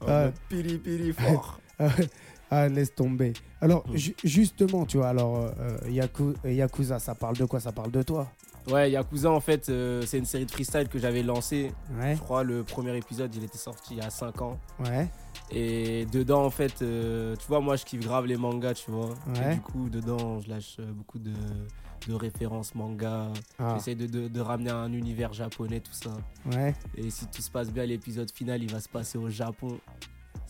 S4: en
S3: Ah.
S4: mode pili pili fort.
S3: Ah ouais. Ah, laisse tomber. Alors
S4: Mm.
S3: ju- justement, tu vois, alors euh, euh, Yaku- euh, Yakuza, ça parle de quoi Ça parle de toi.
S4: Ouais, Yakuza, en fait, euh, c'est une série de freestyle que j'avais lancée.
S3: Ouais.
S4: Je crois le premier épisode, il était sorti il y a 5 ans.
S3: Ouais.
S4: Et dedans, en fait, euh, tu vois, moi, je kiffe grave les mangas, tu vois.
S3: Ouais.
S4: Et du coup, dedans, je lâche euh, beaucoup de, de références manga.
S3: Ah,
S4: J'essaie de, de- de ramener un univers japonais, tout ça.
S3: ouais.
S4: Et si tout se passe bien, l'épisode final, il va se passer au Japon.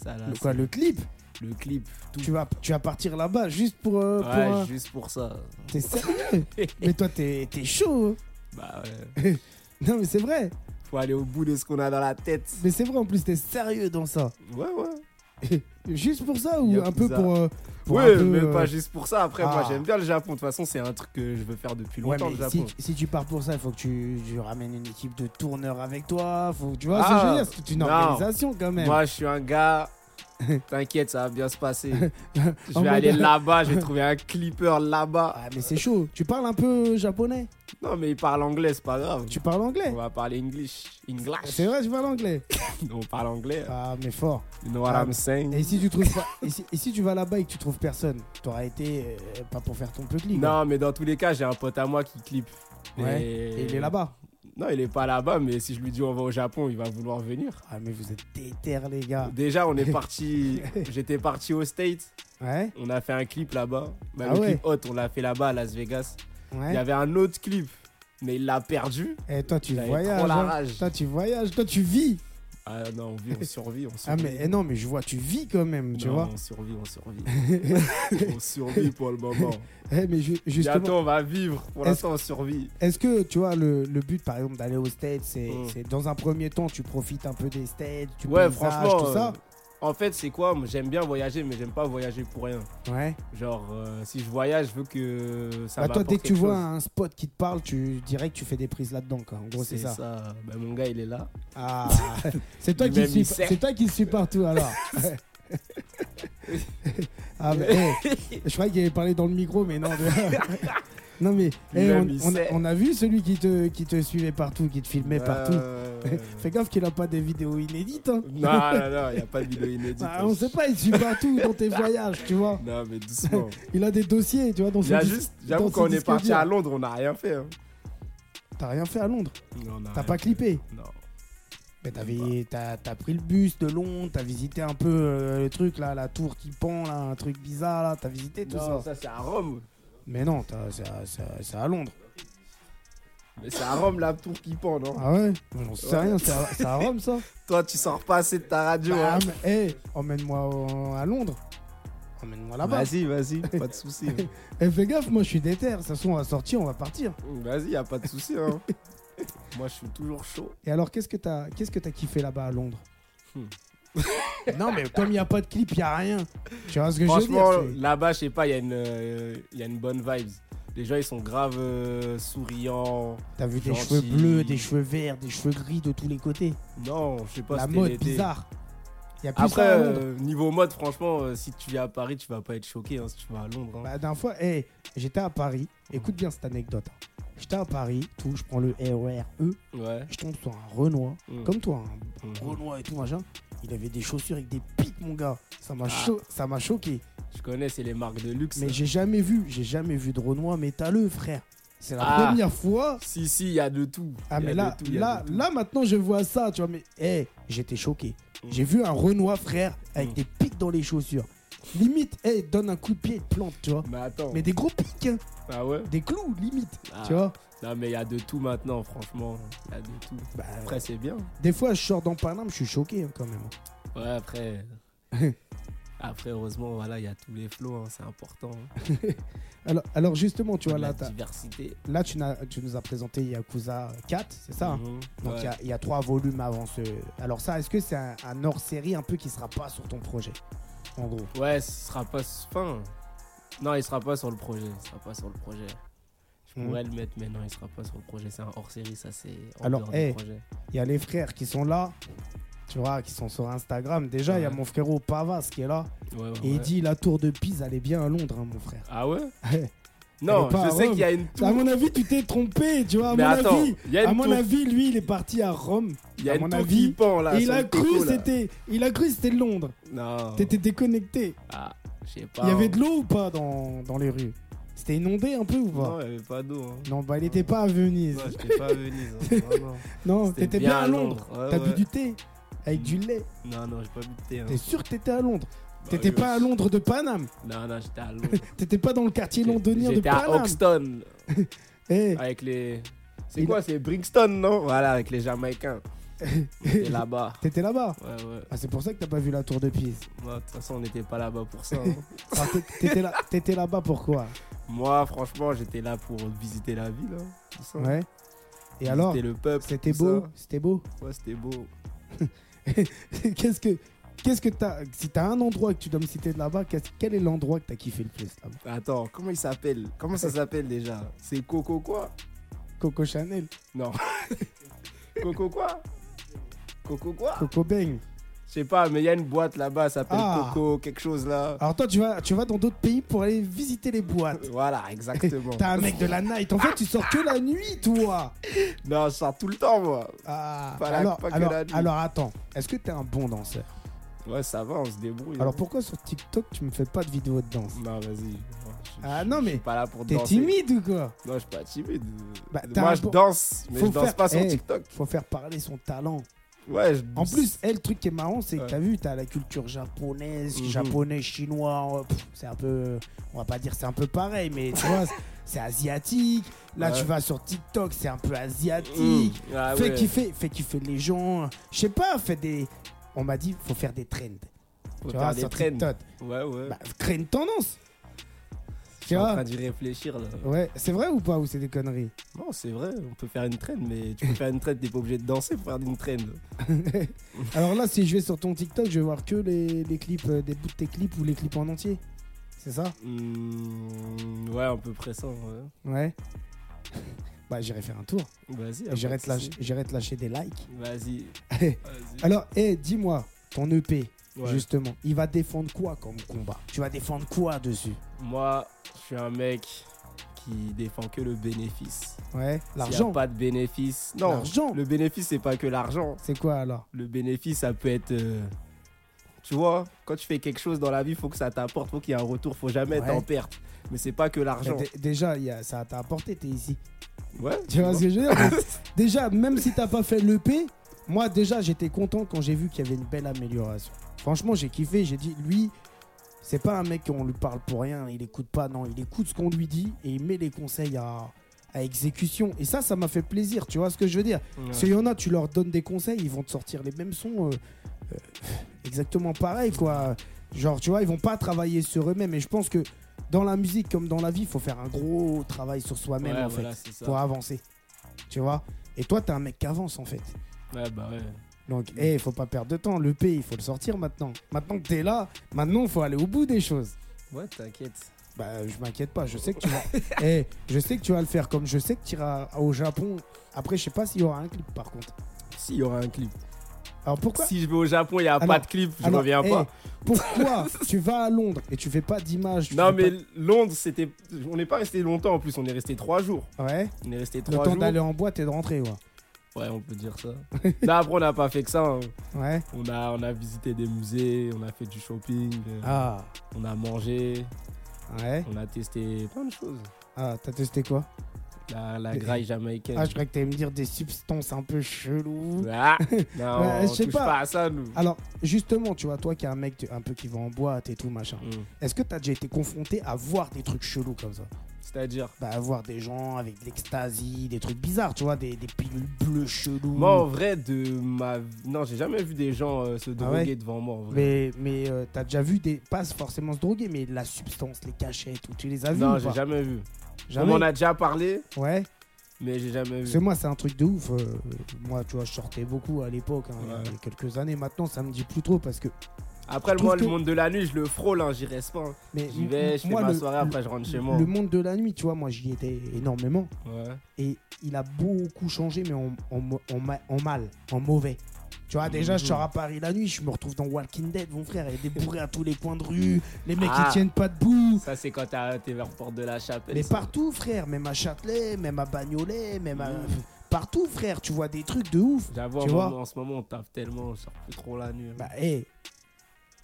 S4: Ça, là,
S3: Le, quoi, le clip
S4: Ah, c'est le clip, tout.
S3: tu vas, tu vas partir là-bas juste pour. euh, pour,
S4: ouais,
S3: euh,
S4: juste pour ça.
S3: T'es sérieux Mais toi, t'es t'es chaud. hein.
S4: Bah ouais.
S3: Non, mais c'est vrai.
S4: Faut aller au bout de ce qu'on a dans la tête.
S3: Mais c'est vrai, en plus, t'es sérieux dans ça.
S4: Ouais, ouais.
S3: Juste pour ça ou
S4: Yakuza.
S3: un peu pour. euh, pour
S4: ouais,
S3: un peu,
S4: mais
S3: euh,
S4: pas juste pour ça. Après,
S3: ah.
S4: moi, j'aime bien le Japon. De toute façon, c'est un truc que je veux faire depuis
S3: Ouais,
S4: longtemps, le
S3: mais
S4: Japon.
S3: si, si tu pars pour ça, il faut que tu, tu ramènes une équipe de tourneurs avec toi. Faut, tu vois, c'est
S4: Ah,
S3: génial, c'est toute une
S4: non.
S3: organisation quand même.
S4: Moi, je suis un gars. T'inquiète, ça va bien se passer. Je
S3: En
S4: vais aller
S3: mode-
S4: là-bas, je vais trouver un clipper là-bas.
S3: Ah, mais c'est chaud. Tu parles un peu japonais
S4: Non, mais il parle anglais, c'est pas grave.
S3: Tu parles anglais
S4: On va parler English. English.
S3: C'est vrai, tu parles anglais.
S4: On parle anglais.
S3: Ah, mais fort.
S4: You know what I'm saying?
S3: Et si tu trouves pas- et si, et si tu vas là-bas et que tu trouves personne, t'auras été euh, pas pour faire ton peu clip.
S4: Non, mais dans tous les cas, j'ai un pote à moi qui clip.
S3: Ouais. Et il est là-bas.
S4: Non, il est pas là-bas, mais si je lui dis on va au Japon, il va vouloir venir.
S3: Ah, mais vous êtes déter, les gars.
S4: Déjà, on est parti. J'étais parti au States.
S3: Ouais.
S4: On a fait un clip là-bas. Bah,
S3: Ah
S4: le
S3: ouais.
S4: clip hot, on l'a fait là-bas à Las Vegas. Il y avait un autre clip, mais il l'a perdu.
S3: Et Eh, toi, tu
S4: J'avais
S3: voyages.
S4: trop la
S3: hein.
S4: rage.
S3: Toi, tu voyages. Toi, tu vis.
S4: Ah non, on vit, on survit, on
S3: Ah,
S4: survit.
S3: mais eh non, mais je vois, tu vis quand même, tu
S4: Non,
S3: vois.
S4: On survit, on survit. on survit pour le moment.
S3: Eh, mais ju- justement,
S4: Bientôt, on va vivre. Pour
S3: Est-ce-
S4: l'instant, on survit.
S3: est-ce que, tu vois, le, le but, par exemple, d'aller au States, c'est
S4: Mm.
S3: c'est dans un premier temps, tu profites un peu des States, tu
S4: Ouais,
S3: paysages,
S4: franchement.
S3: tout ça.
S4: euh, en fait, c'est quoi Moi, J'aime bien voyager, mais j'aime pas voyager pour rien.
S3: Ouais.
S4: Genre, euh, si je voyage, je veux que ça
S3: Bah,
S4: va
S3: toi, dès que tu vois
S4: chose.
S3: un spot qui te parle, tu dirais que tu fais des prises là-dedans, quoi. En gros, c'est ça.
S4: Bah, mon gars, il est là.
S3: Ah, c'est toi, qui
S4: Lui-même,
S3: le suis,
S4: il sert.
S3: c'est toi qui le suis partout alors. ah, mais eh, je croyais qu'il avait parlé dans le micro, mais non. mais- non, mais eh,
S4: Lui-même, il
S3: on, on a,
S4: sait.
S3: on a vu celui qui te, qui te suivait partout, qui te filmait partout.
S4: Euh,
S3: Fais gaffe qu'il a pas des vidéos inédites. hein.
S4: Non, non, non, il n'y a pas de vidéo inédite.
S3: Ah, on sait pas, il te suit partout dans tes voyages, tu vois.
S4: Non, mais doucement.
S3: Il a des dossiers, tu vois, dans
S4: Il y
S3: son
S4: a
S3: dis-
S4: juste,
S3: dans
S4: j'avoue,
S3: son
S4: quand on est
S3: disque
S4: parti
S3: dur.
S4: à Londres, on n'a rien fait. hein.
S3: T'as rien fait à Londres.
S4: Non, on a
S3: T'as
S4: rien
S3: pas
S4: fait.
S3: clippé.
S4: Non.
S3: Mais
S4: Bah.
S3: t'avais, t'as, t'as pris le bus de Londres, t'as visité un peu euh, le truc là, la tour qui pend là, un truc bizarre là, t'as visité tout
S4: Non,
S3: ça.
S4: ça, c'est à Rome.
S3: Mais non, t'as- c'est à- c'est à- c'est à Londres.
S4: Mais c'est à Rome la tour qui pend, non
S3: Ah ouais J'en sais
S4: Ouais.
S3: rien, c'est à, c'est à Rome ça
S4: Toi, tu sors pas assez de ta radio.
S3: Bah,
S4: hein.
S3: mais, hey, emmène-moi au- à Londres. Emmène-moi ah, là-bas.
S4: Vas-y, vas-y, pas de hein. soucis.
S3: Eh, fais gaffe, moi je suis déter. De toute façon, on va sortir, on va partir.
S4: vas-y, y a pas de soucis. hein. Moi, je suis toujours chaud.
S3: Et alors, qu'est-ce que t'as, qu'est-ce que t'as kiffé là-bas à Londres
S4: Hmm.
S3: Non, mais comme il n'y a pas de clip, il n'y a rien. Tu vois ce que je veux dire
S4: Franchement,
S3: c'est-
S4: là-bas, je sais pas, il y, a une, euh, y a une bonne vibes. Les gens, ils sont graves euh, souriants.
S3: T'as vu des
S4: Gentil.
S3: cheveux bleus, des cheveux verts, des cheveux gris de tous les côtés.
S4: Non, je sais pas,
S3: la
S4: c'était
S3: mode
S4: l'été.
S3: bizarre. Il y a plus
S4: Après,
S3: ça à Londres.
S4: euh, niveau mode, franchement, euh, si tu viens à Paris, tu vas pas être choqué hein, si tu vas à Londres. hein.
S3: Bah, d'un fois, hey, j'étais à Paris. Écoute bien cette anecdote. hein. J'étais à Paris, tout, je prends le RER E,
S4: hein. ouais.
S3: je tombe sur un Renoir,
S4: Mm.
S3: comme toi,
S4: Mhm.
S3: un Renoir et tout machin. Il avait des chaussures avec des pics, mon gars. Ça m'a cho- ça m'a choqué.
S4: Je connais, c'est les marques de luxe.
S3: Mais j'ai jamais vu, j'ai jamais vu de Renoir métalleux, frère. C'est la
S4: Ah.
S3: première fois.
S4: Si, si, il y a de tout.
S3: Ah,
S4: Y a
S3: mais
S4: de
S3: là,
S4: tout, y a
S3: là,
S4: de tout.
S3: là, maintenant, je vois ça, tu vois. Mais, hey, j'étais choqué.
S4: Mm.
S3: J'ai vu un Renoir, frère, avec
S4: Mm.
S3: des pics dans les chaussures. Limite, hey, donne un coup de pied et te plante, tu vois.
S4: Mais attends.
S3: Mais des gros pics, hein.
S4: Ah ouais
S3: des clous, limite,
S4: Ah.
S3: tu vois.
S4: Non, mais il y a de tout maintenant, franchement. Il y a de tout.
S3: Bah,
S4: Après, c'est bien.
S3: Des fois, je sors dans Paname, je suis choqué hein, quand même.
S4: Ouais, après. après, heureusement, voilà, il y a tous les flots, hein, c'est important. hein.
S3: Alors, alors justement, tu vois,
S4: la
S3: là, t'as-
S4: diversité.
S3: là tu, n'as- tu nous as présenté Yakuza 4, c'est ça hein
S4: Mhm.
S3: Donc, il
S4: Ouais.
S3: y a- il y, a trois volumes avant ce. Alors, ça, est-ce que c'est un, un hors-série un peu qui sera pas sur ton projet En gros.
S4: Ouais, ce sera pas. Enfin. Non, il sera pas sur le projet. Il sera pas sur le projet. Je
S3: Mhm.
S4: pourrais le mettre, mais non, il sera pas sur le projet. C'est un hors série, ça, c'est en
S3: Alors,
S4: dehors
S3: hey.
S4: du projet.
S3: Il y a les frères qui sont là, tu vois, qui sont sur Instagram. Déjà, il y a
S4: Ouais.
S3: mon frérot Pavas qui est là.
S4: Ouais, ouais,
S3: Et il
S4: ouais.
S3: dit la tour de Pise, elle est bien à Londres, hein, mon frère.
S4: Ah ouais
S3: Ouais.
S4: Non,
S3: pas à
S4: je sais
S3: Rome.
S4: qu'il y a une tour.
S3: À mon avis, tu t'es trompé, tu vois. À
S4: mais
S3: mon
S4: attends,
S3: avis,
S4: il y a
S3: à
S4: une
S3: mon
S4: tour,
S3: avis, lui, il est parti à Rome.
S4: il y a
S3: à
S4: une
S3: mon
S4: tour
S3: avis,
S4: qui pend là.
S3: Et il
S4: sur
S3: a
S4: le
S3: cru
S4: coco, là. Ah.
S3: c'était, il a cru que c'était Londres.
S4: Non.
S3: T'étais déconnecté.
S4: Ah, je sais pas.
S3: Il y avait de
S4: hein.
S3: l'eau ou pas dans, dans les rues C'était inondé un peu ou pas
S4: Non, il y avait pas d'eau. hein.
S3: non. bah il était pas à Venise.
S4: Non, j'étais pas à Venise. hein, vraiment.
S3: non,
S4: C'était
S3: t'étais bien, à Londres.
S4: Ouais,
S3: T'as
S4: Ah ouais.
S3: bu du thé avec du lait.
S4: Non, non, j'ai pas bu de thé. hein.
S3: T'es sûr que t'étais à Londres
S4: Bah
S3: T'étais
S4: oui,
S3: pas à
S4: ouais.
S3: Londres de Paname.
S4: Non, non, j'étais à Londres.
S3: T'étais pas dans le quartier londonien de
S4: J'étais à
S3: Paname.
S4: Hoxton
S3: Eh,
S4: Ah, avec les. C'est
S3: Il-
S4: quoi C'est Brixton, non Voilà, avec les Jamaïcains. Et là-bas.
S3: T'étais là-bas.
S4: Ouais, ouais.
S3: Ah, c'est pour ça que t'as pas vu la tour de Pise.
S4: Moi, de toute façon, on n'était pas là-bas pour ça. hein.
S3: Alors, t'é- t'étais, là, t'étais là-bas pourquoi
S4: Moi, franchement, j'étais là pour visiter la ville. hein, tout ça.
S3: Ouais. Et
S4: Visiter
S3: alors
S4: le peuple.
S3: C'était
S4: tout
S3: beau
S4: ça.
S3: C'était beau
S4: Ouais, c'était beau.
S3: Qu'est-ce que. Qu'est-ce que t'as. Si t'as un endroit que tu dois me citer de là-bas, qu'est-ce- quel est l'endroit que t'as kiffé le plus là-bas
S4: Attends, comment il s'appelle Comment ça s'appelle déjà C'est Coco quoi
S3: Coco Chanel,
S4: Non. Coco quoi Coco quoi
S3: Coco Bang.
S4: Je sais pas, mais il y a une boîte là-bas, ça s'appelle
S3: Ah.
S4: Coco, quelque chose là.
S3: Alors toi, tu vas, tu vas dans d'autres pays pour aller visiter les boîtes.
S4: Voilà, exactement.
S3: T'as un mec de la night. En fait, tu sors que la nuit, toi.
S4: non, je sors tout le temps moi.
S3: Ah,
S4: Pas la-
S3: alors,
S4: pas que
S3: alors,
S4: la nuit. Mm.
S3: alors, attends. Est-ce que t'es un bon danseur
S4: Ouais, ça va, on se débrouille.
S3: Alors
S4: hein.
S3: pourquoi sur TikTok tu me fais pas de vidéo de danse
S4: Non, vas-y.
S3: Ah non
S4: Je
S3: mais
S4: suis pas là pour
S3: t'es
S4: Mm. danser.
S3: timide ou quoi
S4: Non, je suis pas timide.
S3: Bah, t'as un
S4: moi, je
S3: bon-
S4: danse, mais
S3: Faut
S4: je danse
S3: faire-
S4: pas sur
S3: Eh.
S4: TikTok.
S3: Faut faire parler son talent.
S4: Ouais, je...
S3: En plus, elle, le truc qui est marrant, c'est que
S4: Mm. Ouais.
S3: t'as vu, t'as la culture japonaise,
S4: Mhm.
S3: japonais, chinois, euh, pff, c'est un peu, on va pas dire c'est un peu pareil, mais tu vois, c'est asiatique. Là,
S4: Ouais.
S3: tu vas sur TikTok, c'est un peu asiatique.
S4: Mmh. Ah
S3: Mm. fais
S4: ouais.
S3: kiffer, fais kiffer les gens. Je sais pas, fais des. On m'a dit, faut faire des trends.
S4: Faut
S3: tu
S4: faire
S3: vois,
S4: des
S3: sur
S4: traînes.
S3: TikTok.
S4: Ouais, ouais.
S3: Bah, crée une tendance.
S4: Je
S3: Tu
S4: suis en
S3: vois
S4: train d'y réfléchir là.
S3: Ouais, c'est vrai ou pas ou c'est des conneries
S4: Non, c'est vrai, on peut faire une traîne, mais tu peux faire une traîne, t'es pas obligé de danser pour faire une traîne.
S3: Alors là, si je vais sur ton TikTok, je vais voir que les, les clips, euh, des bouts de tes clips ou les clips en entier. C'est ça
S4: Mmh, ouais, à peu près ça. ouais.
S3: Ouais. Bah, j'irai faire un tour.
S4: Vas-y.
S3: Et J'irai
S4: après,
S3: te, lâcher-
S4: c'est-
S3: j'irai te lâcher des likes.
S4: Vas-y. Vas-y.
S3: Alors, hé, dis-moi, ton EP,
S4: Ouais.
S3: justement, il va défendre quoi comme combat Tu vas défendre quoi dessus
S4: Moi, je suis un mec qui défend que le bénéfice.
S3: Ouais,
S4: S'il y
S3: l'argent.
S4: a pas de bénéfice. Non,
S3: L'argent.
S4: Le bénéfice, c'est pas que l'argent.
S3: C'est quoi alors
S4: Le bénéfice, ça peut être. euh, tu vois, quand tu fais quelque chose dans la vie, faut que ça t'apporte, faut qu'il y ait un retour, faut jamais être
S3: Ouais.
S4: en perte. Mais c'est pas que l'argent.
S3: Dé- Déjà, il y a- ça t'a apporté, t'es ici.
S4: Ouais.
S3: Tu vois ce que je veux dire Donc, Déjà, même si t'as pas fait l'EP, moi déjà j'étais content quand j'ai vu qu'il y avait une belle amélioration. Franchement, j'ai kiffé, j'ai dit lui, c'est pas un mec qu'on lui parle pour rien, il écoute pas, non, il écoute ce qu'on lui dit et il met les conseils à, à exécution. Et ça, ça m'a fait plaisir, tu vois ce que je veux dire
S4: Ouais.
S3: Parce qu'il y en a, tu leur donnes des conseils, ils vont te sortir les mêmes sons euh, euh, exactement pareil, quoi. Genre, tu vois, ils vont pas travailler sur eux-mêmes. Et je pense que dans la musique comme dans la vie, il faut faire un gros travail sur soi-même,
S4: Ouais,
S3: en
S4: voilà,
S3: fait,
S4: c'est ça.
S3: pour avancer. Tu vois Et toi, t'es un mec qui avance, en fait.
S4: Ouais, bah ouais.
S3: Donc, il faut pas perdre de temps. Le P, il faut le sortir maintenant. Maintenant que t'es là, maintenant, il faut aller au bout des choses.
S4: Ouais, t'inquiète.
S3: Bah, je m'inquiète pas, je sais que tu vas. Eh, je sais que tu vas le faire comme je sais que tu iras au Japon. Après, je sais pas s'il y aura un clip, par contre.
S4: S'il y aura un clip.
S3: Alors, pourquoi
S4: si je vais au Japon, il n'y a
S3: Alors,
S4: pas de clip, je
S3: Alors,
S4: reviens
S3: hey,
S4: pas.
S3: Pourquoi tu vas à Londres et tu fais pas d'image tu
S4: Non,
S3: fais
S4: mais Londres, c'était. On n'est pas resté longtemps en plus, on est resté trois jours.
S3: pas- Ouais,
S4: On est resté
S3: le
S4: trois
S3: temps
S4: jours.
S3: d'aller en boîte et de rentrer, quoi.
S4: Ouais, on peut dire ça. Là, après, on n'a pas fait que ça. hein.
S3: Ouais.
S4: On, a, on a visité des musées, on a fait du shopping, euh,
S3: Ah.
S4: on a mangé,
S3: Ouais.
S4: on a testé plein de choses.
S3: Ah, t'as testé quoi
S4: La, la graille jamaïcaine.
S3: Ah, je croyais que t'allais me dire des substances un peu cheloues.
S4: Ah, non,
S3: Ouais, je
S4: on
S3: sais
S4: touche
S3: pas.
S4: pas. à ça, nous.
S3: Alors, justement, tu vois, toi qui es un mec tu- un peu qui va en boîte et tout, machin,
S4: Mm.
S3: est-ce que t'as déjà été confronté à voir des trucs chelous comme ça
S4: C'est-à-dire.
S3: Bah, à voir des gens avec de l'ecstasy, des trucs bizarres, tu vois, des, des pilules bleues cheloues.
S4: Moi, en vrai, de ma. Non, j'ai jamais vu des gens euh, se droguer
S3: Ah ouais
S4: devant moi. En vrai.
S3: Mais, mais euh, t'as déjà vu des. Pas forcément se droguer, mais la substance, les cachettes, ou tu les as vues
S4: non,
S3: ou
S4: j'ai
S3: pas
S4: jamais vu.
S3: Jamais
S4: On en a déjà parlé,
S3: Ouais.
S4: mais j'ai jamais
S3: Parce que
S4: vu.
S3: moi, c'est un truc de ouf. euh, moi, tu vois, je sortais beaucoup à l'époque, hein,
S4: Ouais.
S3: il y a quelques années. Maintenant, ça me dit plus trop parce que.
S4: Après,
S3: je
S4: moi,
S3: trouve
S4: le
S3: que-
S4: monde de la nuit, je le frôle, hein, j'y reste pas. hein.
S3: Mais
S4: J'y vais, je fais
S3: moi,
S4: ma
S3: le-
S4: soirée, après, je rentre chez moi.
S3: Le monde de la nuit, tu vois, moi, j'y étais énormément.
S4: Ouais.
S3: Et il a beaucoup changé, mais en, en, mo- en ma- en mal, en mauvais. Tu vois, déjà, je sors à Paris la nuit, je me retrouve dans Walking Dead, mon frère. Il y a des bourrés à tous les coins de rue, les mecs
S4: Ah.
S3: qui tiennent pas debout.
S4: Ça, c'est quand t'as- t'es vers porte de la chapelle.
S3: Mais
S4: ça.
S3: partout, frère, même à Châtelet, même à Bagnolet, même à. Partout, frère, tu vois des trucs de ouf.
S4: J'avoue, en,
S3: tu vois.
S4: moment- en ce moment, on tape tellement, on sort plus trop la nuit. hein.
S3: Bah, hé,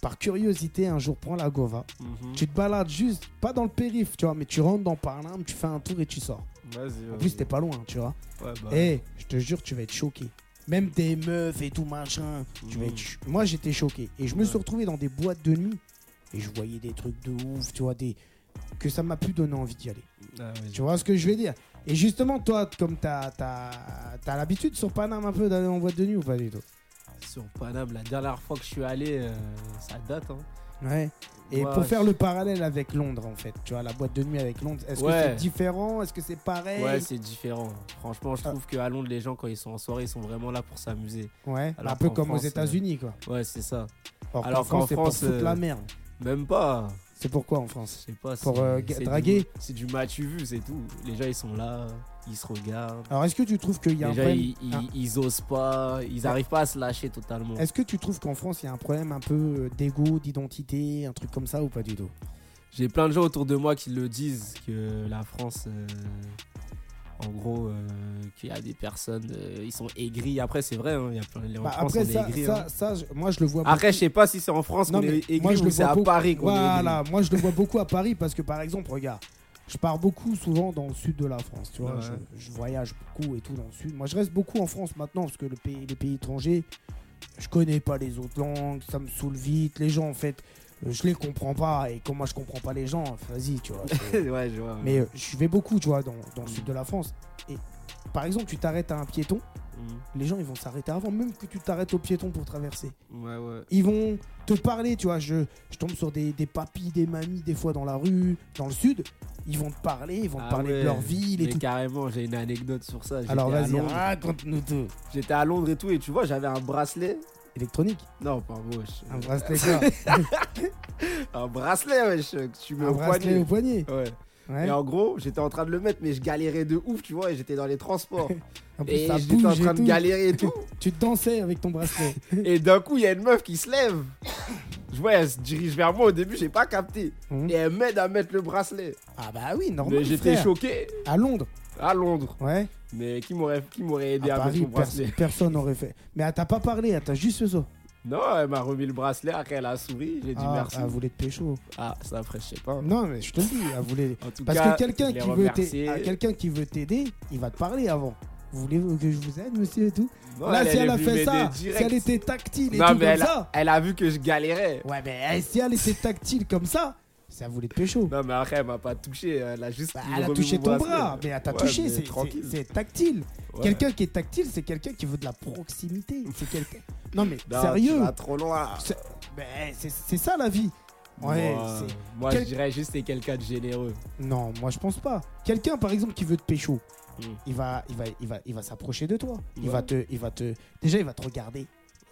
S3: par curiosité, un jour, prends la Gova.
S4: Mhm.
S3: Tu te balades juste, pas dans le périph', tu vois, mais tu rentres dans Parnam, tu fais un tour et tu sors.
S4: Vas-y.
S3: En plus,
S4: vas-y.
S3: t'es pas loin, tu vois.
S4: Ouais, bah,
S3: Eh, je te jure, tu vas être choqué. Même des meufs et tout machin. Tu vas
S4: Mhm.
S3: être ch- Moi, j'étais choqué. Et je me suis
S4: Ouais.
S3: retrouvé dans des boîtes de nuit et je voyais des trucs de ouf, tu vois, des. que ça m'a plus donné envie d'y aller.
S4: ah, vas-y.
S3: Tu vois ce que je vais dire Et justement, toi, comme t'as t'as t'as l'habitude sur Paname un peu d'aller en boîte de nuit ou pas du tout
S4: Sur Paname, la dernière fois que je suis allé, euh, ça date. Hein.
S3: Ouais. Et
S4: Ouais,
S3: pour faire
S4: je-
S3: le parallèle avec Londres, en fait, tu vois, la boîte de nuit avec Londres, est-ce
S4: Ouais.
S3: que c'est différent Est-ce que c'est pareil
S4: Ouais, c'est différent. Franchement,
S3: Ah.
S4: je trouve qu'à Londres, les gens, quand ils sont en soirée, ils sont vraiment là pour s'amuser.
S3: Ouais,
S4: Alors
S3: un peu
S4: qu'en
S3: comme
S4: France,
S3: aux
S4: euh,
S3: États-Unis, quoi.
S4: Ouais, c'est ça.
S3: Or
S4: alors
S3: qu'en France,
S4: qu'en
S3: c'est pour
S4: France,
S3: foutre
S4: euh,
S3: la merde.
S4: Même pas.
S3: C'est pourquoi en
S4: Je
S3: France
S4: sais pas.
S3: Pour,
S4: c'est-
S3: euh, ga-
S4: c'est du-
S3: draguer.
S4: C'est du match vu, c'est tout. Les gens, ils sont là, ils se regardent.
S3: Alors, est-ce que tu trouves qu'il y a
S4: les
S3: un
S4: gens,
S3: problème
S4: ils, ils,
S3: Ah.
S4: ils osent pas, ils arrivent pas à se lâcher totalement.
S3: Est-ce que tu trouves qu'en France, il y a un problème un peu euh, d'ego, d'identité, un truc comme ça ou pas du tout
S4: J'ai plein de gens autour de moi qui le disent que la France, euh, en gros, euh, qu'il y a des personnes, euh, ils sont aigris. Après, c'est vrai, hein, il y a plein les gens
S3: Bah,
S4: en France,
S3: Après,
S4: on est
S3: ça,
S4: aigris,
S3: ça,
S4: hein.
S3: ça, je- moi, je le vois
S4: Après, je sais pas si c'est en France
S3: Non,
S4: qu'on
S3: mais
S4: est
S3: moi,
S4: aigri
S3: je
S4: ou
S3: le
S4: c'est
S3: vois
S4: à
S3: beaucoup-
S4: Paris qu'on
S3: Voilà, moi je le vois beaucoup à Paris parce que par exemple, regarde, je pars beaucoup souvent dans le sud de la France, tu vois,
S4: Ouais.
S3: je, je voyage beaucoup et tout dans le sud. Moi je reste beaucoup en France maintenant parce que le pays, les pays étrangers, je connais pas les autres langues, ça me saoule vite. Les gens en fait, euh, je les comprends pas et comme moi je comprends pas les gens, vas-y, tu vois. c'est-
S4: ouais, je vois. ouais.
S3: Mais euh, je vais beaucoup, tu vois, dans, dans le sud de la France. Et par exemple, tu t'arrêtes à un piéton,
S4: Mm.
S3: les gens ils vont s'arrêter avant même que tu t'arrêtes au piéton pour traverser.
S4: Ouais, ouais.
S3: Ils vont te parler, tu vois. Je, je tombe sur des, des papis, des mamies, des fois dans la rue, dans le sud. Ils vont te parler, ils vont
S4: Ah
S3: te parler
S4: ouais,
S3: de leur ville et
S4: mais
S3: tout.
S4: Carrément, j'ai une anecdote sur ça. J'étais
S3: Alors
S4: à
S3: vas-y, hein.
S4: Londres.
S3: raconte-nous tout.
S4: J'étais à Londres et tout, et tu vois, j'avais un bracelet.
S3: Électronique,
S4: Non, pas wesh.
S3: un bracelet quoi
S4: Un bracelet, wesh, que tu mets
S3: Un
S4: au
S3: bracelet
S4: poignet.
S3: au poignet.
S4: Ouais.
S3: Ouais.
S4: Et en gros, j'étais en train de le mettre, mais je galérais de ouf, tu vois, et j'étais dans les transports.
S3: En plus,
S4: et
S3: ça
S4: j'étais en
S3: bouge et
S4: train de
S3: tout.
S4: galérer et tout.
S3: Tu dansais avec ton bracelet.
S4: Et d'un coup, il y a une meuf qui se lève. Je vois, elle se dirige vers moi. Au début, j'ai pas capté.
S3: Mhm.
S4: Et elle m'aide à mettre le bracelet.
S3: ah bah oui, normal.
S4: Mais j'étais
S3: frère.
S4: choqué
S3: À Londres,
S4: à Londres.
S3: ouais.
S4: Mais qui m'aurait qui m'aurait aidé à,
S3: À
S4: mettre
S3: Paris,
S4: mon
S3: pers-
S4: bracelet
S3: personne n'aurait fait. Mais elle t'a pas parlé, elle t'a juste fait ça.
S4: Non, elle m'a remis le bracelet. Après, elle a souri. J'ai dit
S3: Ah,
S4: merci.
S3: Elle voulait te pécho.
S4: Ah, ça, après, je sais pas.
S3: Non, mais je te le dis, elle voulait.
S4: En tout
S3: Parce
S4: cas,
S3: que quelqu'un
S4: je l'ai
S3: qui, veut
S4: remercié.
S3: t'a- ah, quelqu'un qui veut t'aider, il va te parler avant. Vous voulez que je vous aide, monsieur et tout
S4: Non,
S3: Là, si
S4: est
S3: elle a
S4: venue
S3: fait
S4: m'aider
S3: ça,
S4: direct.
S3: si elle était tactile et
S4: non,
S3: tout
S4: mais
S3: comme
S4: elle, a-
S3: ça.
S4: elle a vu que je galérais.
S3: Ouais, mais eh, si elle était tactile comme ça, ça voulait te pécho.
S4: Non, mais après, elle m'a pas touché. Elle a juste.
S3: Bah, elle a
S4: remis
S3: touché
S4: mon
S3: ton
S4: bracelet.
S3: bras, mais elle t'a
S4: Ouais,
S3: touché,
S4: mais
S3: c'est- c'est
S4: tranquille.
S3: c'est tactile.
S4: Ouais.
S3: Quelqu'un qui est tactile, c'est quelqu'un qui veut de la proximité. C'est quelqu'un. Non, mais
S4: Non,
S3: sérieux.
S4: Tu vas trop loin.
S3: C'est- mais Ben, eh, C'est c'est ça la vie. Ouais,
S4: moi,
S3: c'est-
S4: moi,
S3: Quel-
S4: je dirais juste c'est quelqu'un de généreux.
S3: Non, moi je pense pas. Quelqu'un par exemple qui veut te pécho,
S4: Mm.
S3: il va, il va, il va, il va s'approcher de toi. Il
S4: Ouais.
S3: va te, il va te, déjà il va te regarder,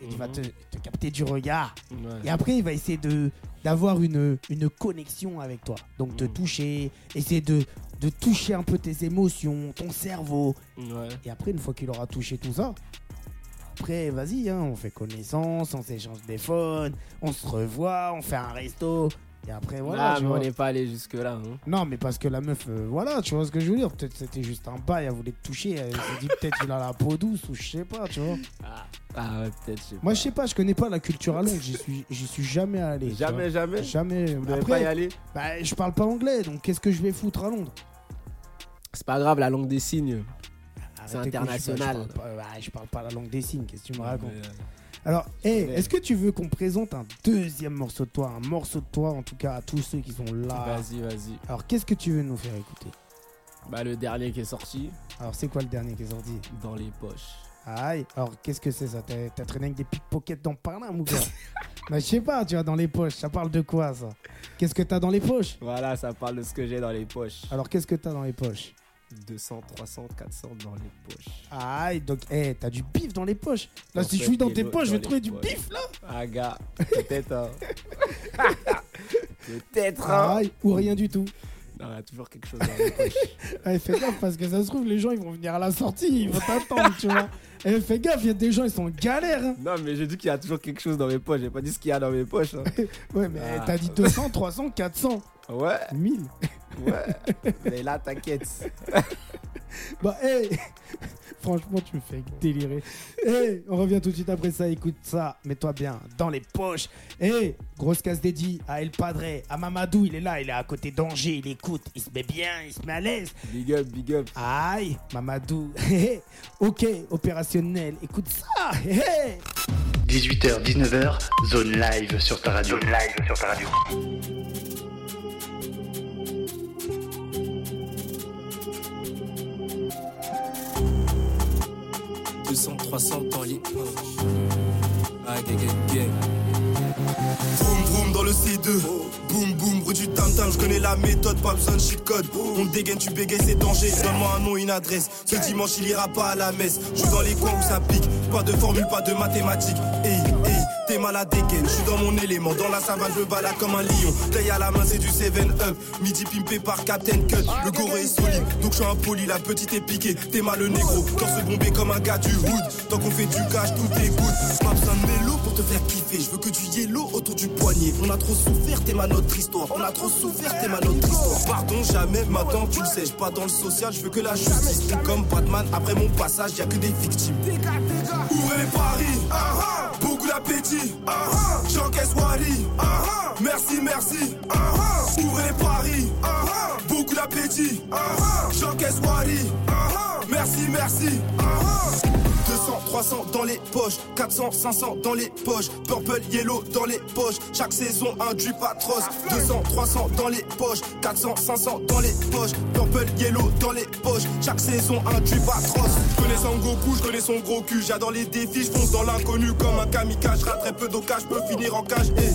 S3: Et il va
S4: Mhm.
S3: te, te capter du regard.
S4: Ouais.
S3: Et après il va essayer de d'avoir une une connexion avec toi. Donc te
S4: Mhm.
S3: toucher, essayer de de toucher un peu tes émotions, ton cerveau.
S4: Ouais.
S3: Et après une fois qu'il aura touché tout ça. Après, vas-y, hein, on fait connaissance, on s'échange des phones, on se revoit, on fait un resto. Et après, voilà.
S4: Ah,
S3: tu
S4: mais on
S3: vois.
S4: n'est pas allé jusque-là. hein.
S3: Non, mais parce que la meuf, euh, voilà, tu vois ce que je veux dire. Peut-être c'était juste un bail, elle voulait te toucher. Elle s'est dit peut-être il a la peau douce ou je sais pas, tu vois.
S4: Ah. Ah ouais, peut-être. je sais
S3: Moi,
S4: pas.
S3: je sais pas, je connais pas la culture à Londres, j'y suis, j'y suis jamais allé. tu
S4: Jamais, jamais.
S3: vois. Jamais.
S4: Vous devez pas
S3: Après,
S4: y aller.
S3: bah, je parle pas anglais, donc qu'est-ce que je vais foutre à Londres
S4: C'est pas grave, la langue des signes. C'est
S3: Arrêtez que je-
S4: international.
S3: Je, parle pas, bah, je parle pas la langue des signes, qu'est-ce que tu me
S4: Mais,
S3: racontes
S4: euh,
S3: Alors, hey,
S4: Ouais.
S3: est-ce que tu veux qu'on présente un deuxième morceau de toi Un morceau de toi, en tout cas, à tous ceux qui sont là.
S4: Vas-y, vas-y.
S3: Alors, qu'est-ce que tu veux nous faire écouter
S4: Bah, le dernier qui est sorti,
S3: Alors, c'est quoi le dernier qui est sorti
S4: dans les poches.
S3: Aïe, alors qu'est-ce que c'est ça T'as t'as traîné avec des pickpockets dans Parlin, mon gars Bah, je sais pas, tu vois, dans les poches, ça parle de quoi ça Qu'est-ce que t'as dans les poches
S4: Voilà, ça parle de ce que j'ai dans les poches.
S3: Alors, qu'est-ce que t'as dans les poches
S4: 200, 300, 400 dans les poches.
S3: Aïe, donc, hé, t'as du bif dans les poches Là,
S4: En
S3: si je
S4: fait,
S3: suis dans
S4: des
S3: tes
S4: lots
S3: poches, je vais
S4: dans
S3: trouver
S4: les
S3: du
S4: poches.
S3: bif là
S4: Ah, gars, peut-être. hein. peut-être. Hein.
S3: Aïe, ou rien du tout
S4: Non, il y a toujours quelque chose dans les poches.
S3: Eh, fais gaffe, parce que ça se trouve, les gens, ils vont venir à la sortie, ils vont t'attendre, tu vois Eh, fais gaffe, il y a des gens, ils sont en galère hein.
S4: non, mais j'ai dit qu'il y a toujours quelque chose dans mes poches. J'ai pas dit ce qu'il y a dans mes poches. hein.
S3: Ouais, mais eh,
S4: Ah.
S3: t'as dit 200, 300, 400,
S4: Ouais,
S3: 1000
S4: ouais. mais là, t'inquiète.
S3: Bah, hey Franchement, tu me fais délirer. Hey, on revient tout de suite après ça. Écoute ça, mets-toi bien dans les poches. Hey, grosse casse dédiée à El Padre, à Mamadou. Il est là, il est à côté d'Angers. Il écoute, il se met bien, il se met à l'aise.
S4: Big up, big up.
S3: Aïe, Mamadou. Hey, ok, opérationnel. Écoute ça. eh, Hey.
S1: 18h, 19h, zone live sur ta radio. Zone live sur ta radio.
S5: Deux cents, 300 dans les poches. Ah, gang, gang, gang.
S2: Vroom vroom dans le C2 Boum boum bruit du tam tam Je connais la méthode pas besoin de cheat code On dégaine tu bégayes c'est danger Donne-moi un nom une adresse Ce dimanche il ira pas à la messe Je suis dans les coins où ça pique Pas de formule pas de mathématiques Hey hey t'es mal à dégaine Je suis dans mon élément Dans la savane je me balade comme un lion Taille à la main c'est du 7 up Midi pimpé par Captain Cut Le gore est solide donc je suis impoli La petite est piquée T'es mal le négro Torse bombé comme un gars du hood Tant qu'on fait du cash tout est good Pas besoin de mélo pour te faire kiffer Je veux que du yellow autour du poignet On a trop souffert, t'es ma notre histoire On a trop souffert, t'es ma notre histoire Pardon, jamais, maintenant tu le sais Je pas dans le social, je veux que la justice Tout comme Batman, après mon passage, y a que des victimes Ouvrez les paris, ah ah, beaucoup d'appétit, ah ah, j'encaisse Wally, ah ah, merci, merci, ah ah, ouvrez les paris, ah ah, beaucoup d'appétit, ah ah, j'encaisse Wally, ah ah, merci, merci, ah ah. 200, 300 dans les poches, 400, 500 dans les poches, purple, yellow dans les poches. Chaque saison, un drip atroce. 200, 300 dans les poches, 400, 500 dans les poches, purple, yellow dans les poches. Chaque saison, un drip atroce. Je connais son Goku, je connais son gros cul. J'adore les défis, je fonce dans l'inconnu comme un kamikaze. Je rate très peu d'occasions, je peux finir en cage. Et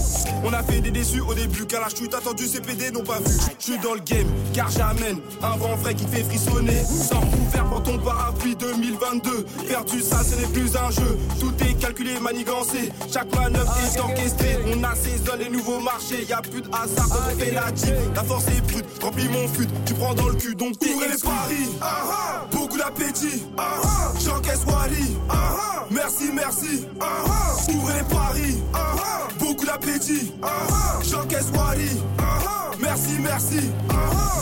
S2: on a fait des déçus au début, car la chute attendu, CPD n'ont pas vu. Je suis dans le game, car j'amène un vent frais qui fait frissonner. Sans couvert pour ton parapluie 2022. Perdu, ça ce n'est plus un jeu. Tout est calculé, manigancé. Chaque manœuvre est encaissée. On assaisonne les nouveaux marchés. Y a plus de hasard quand on fait la team. La force est brute, remplis mon fut. Tu prends dans le cul, donc t'es les paris. Ah ah, beaucoup d'appétit. Ah ah, J'encaisse Wally. Ah ah, merci, merci. Ah ah, ouvrez les paris. Ah ah, beaucoup d'appétit. Ah ah, J'encaisse Wally. Ah ah, merci, merci. Ah ah.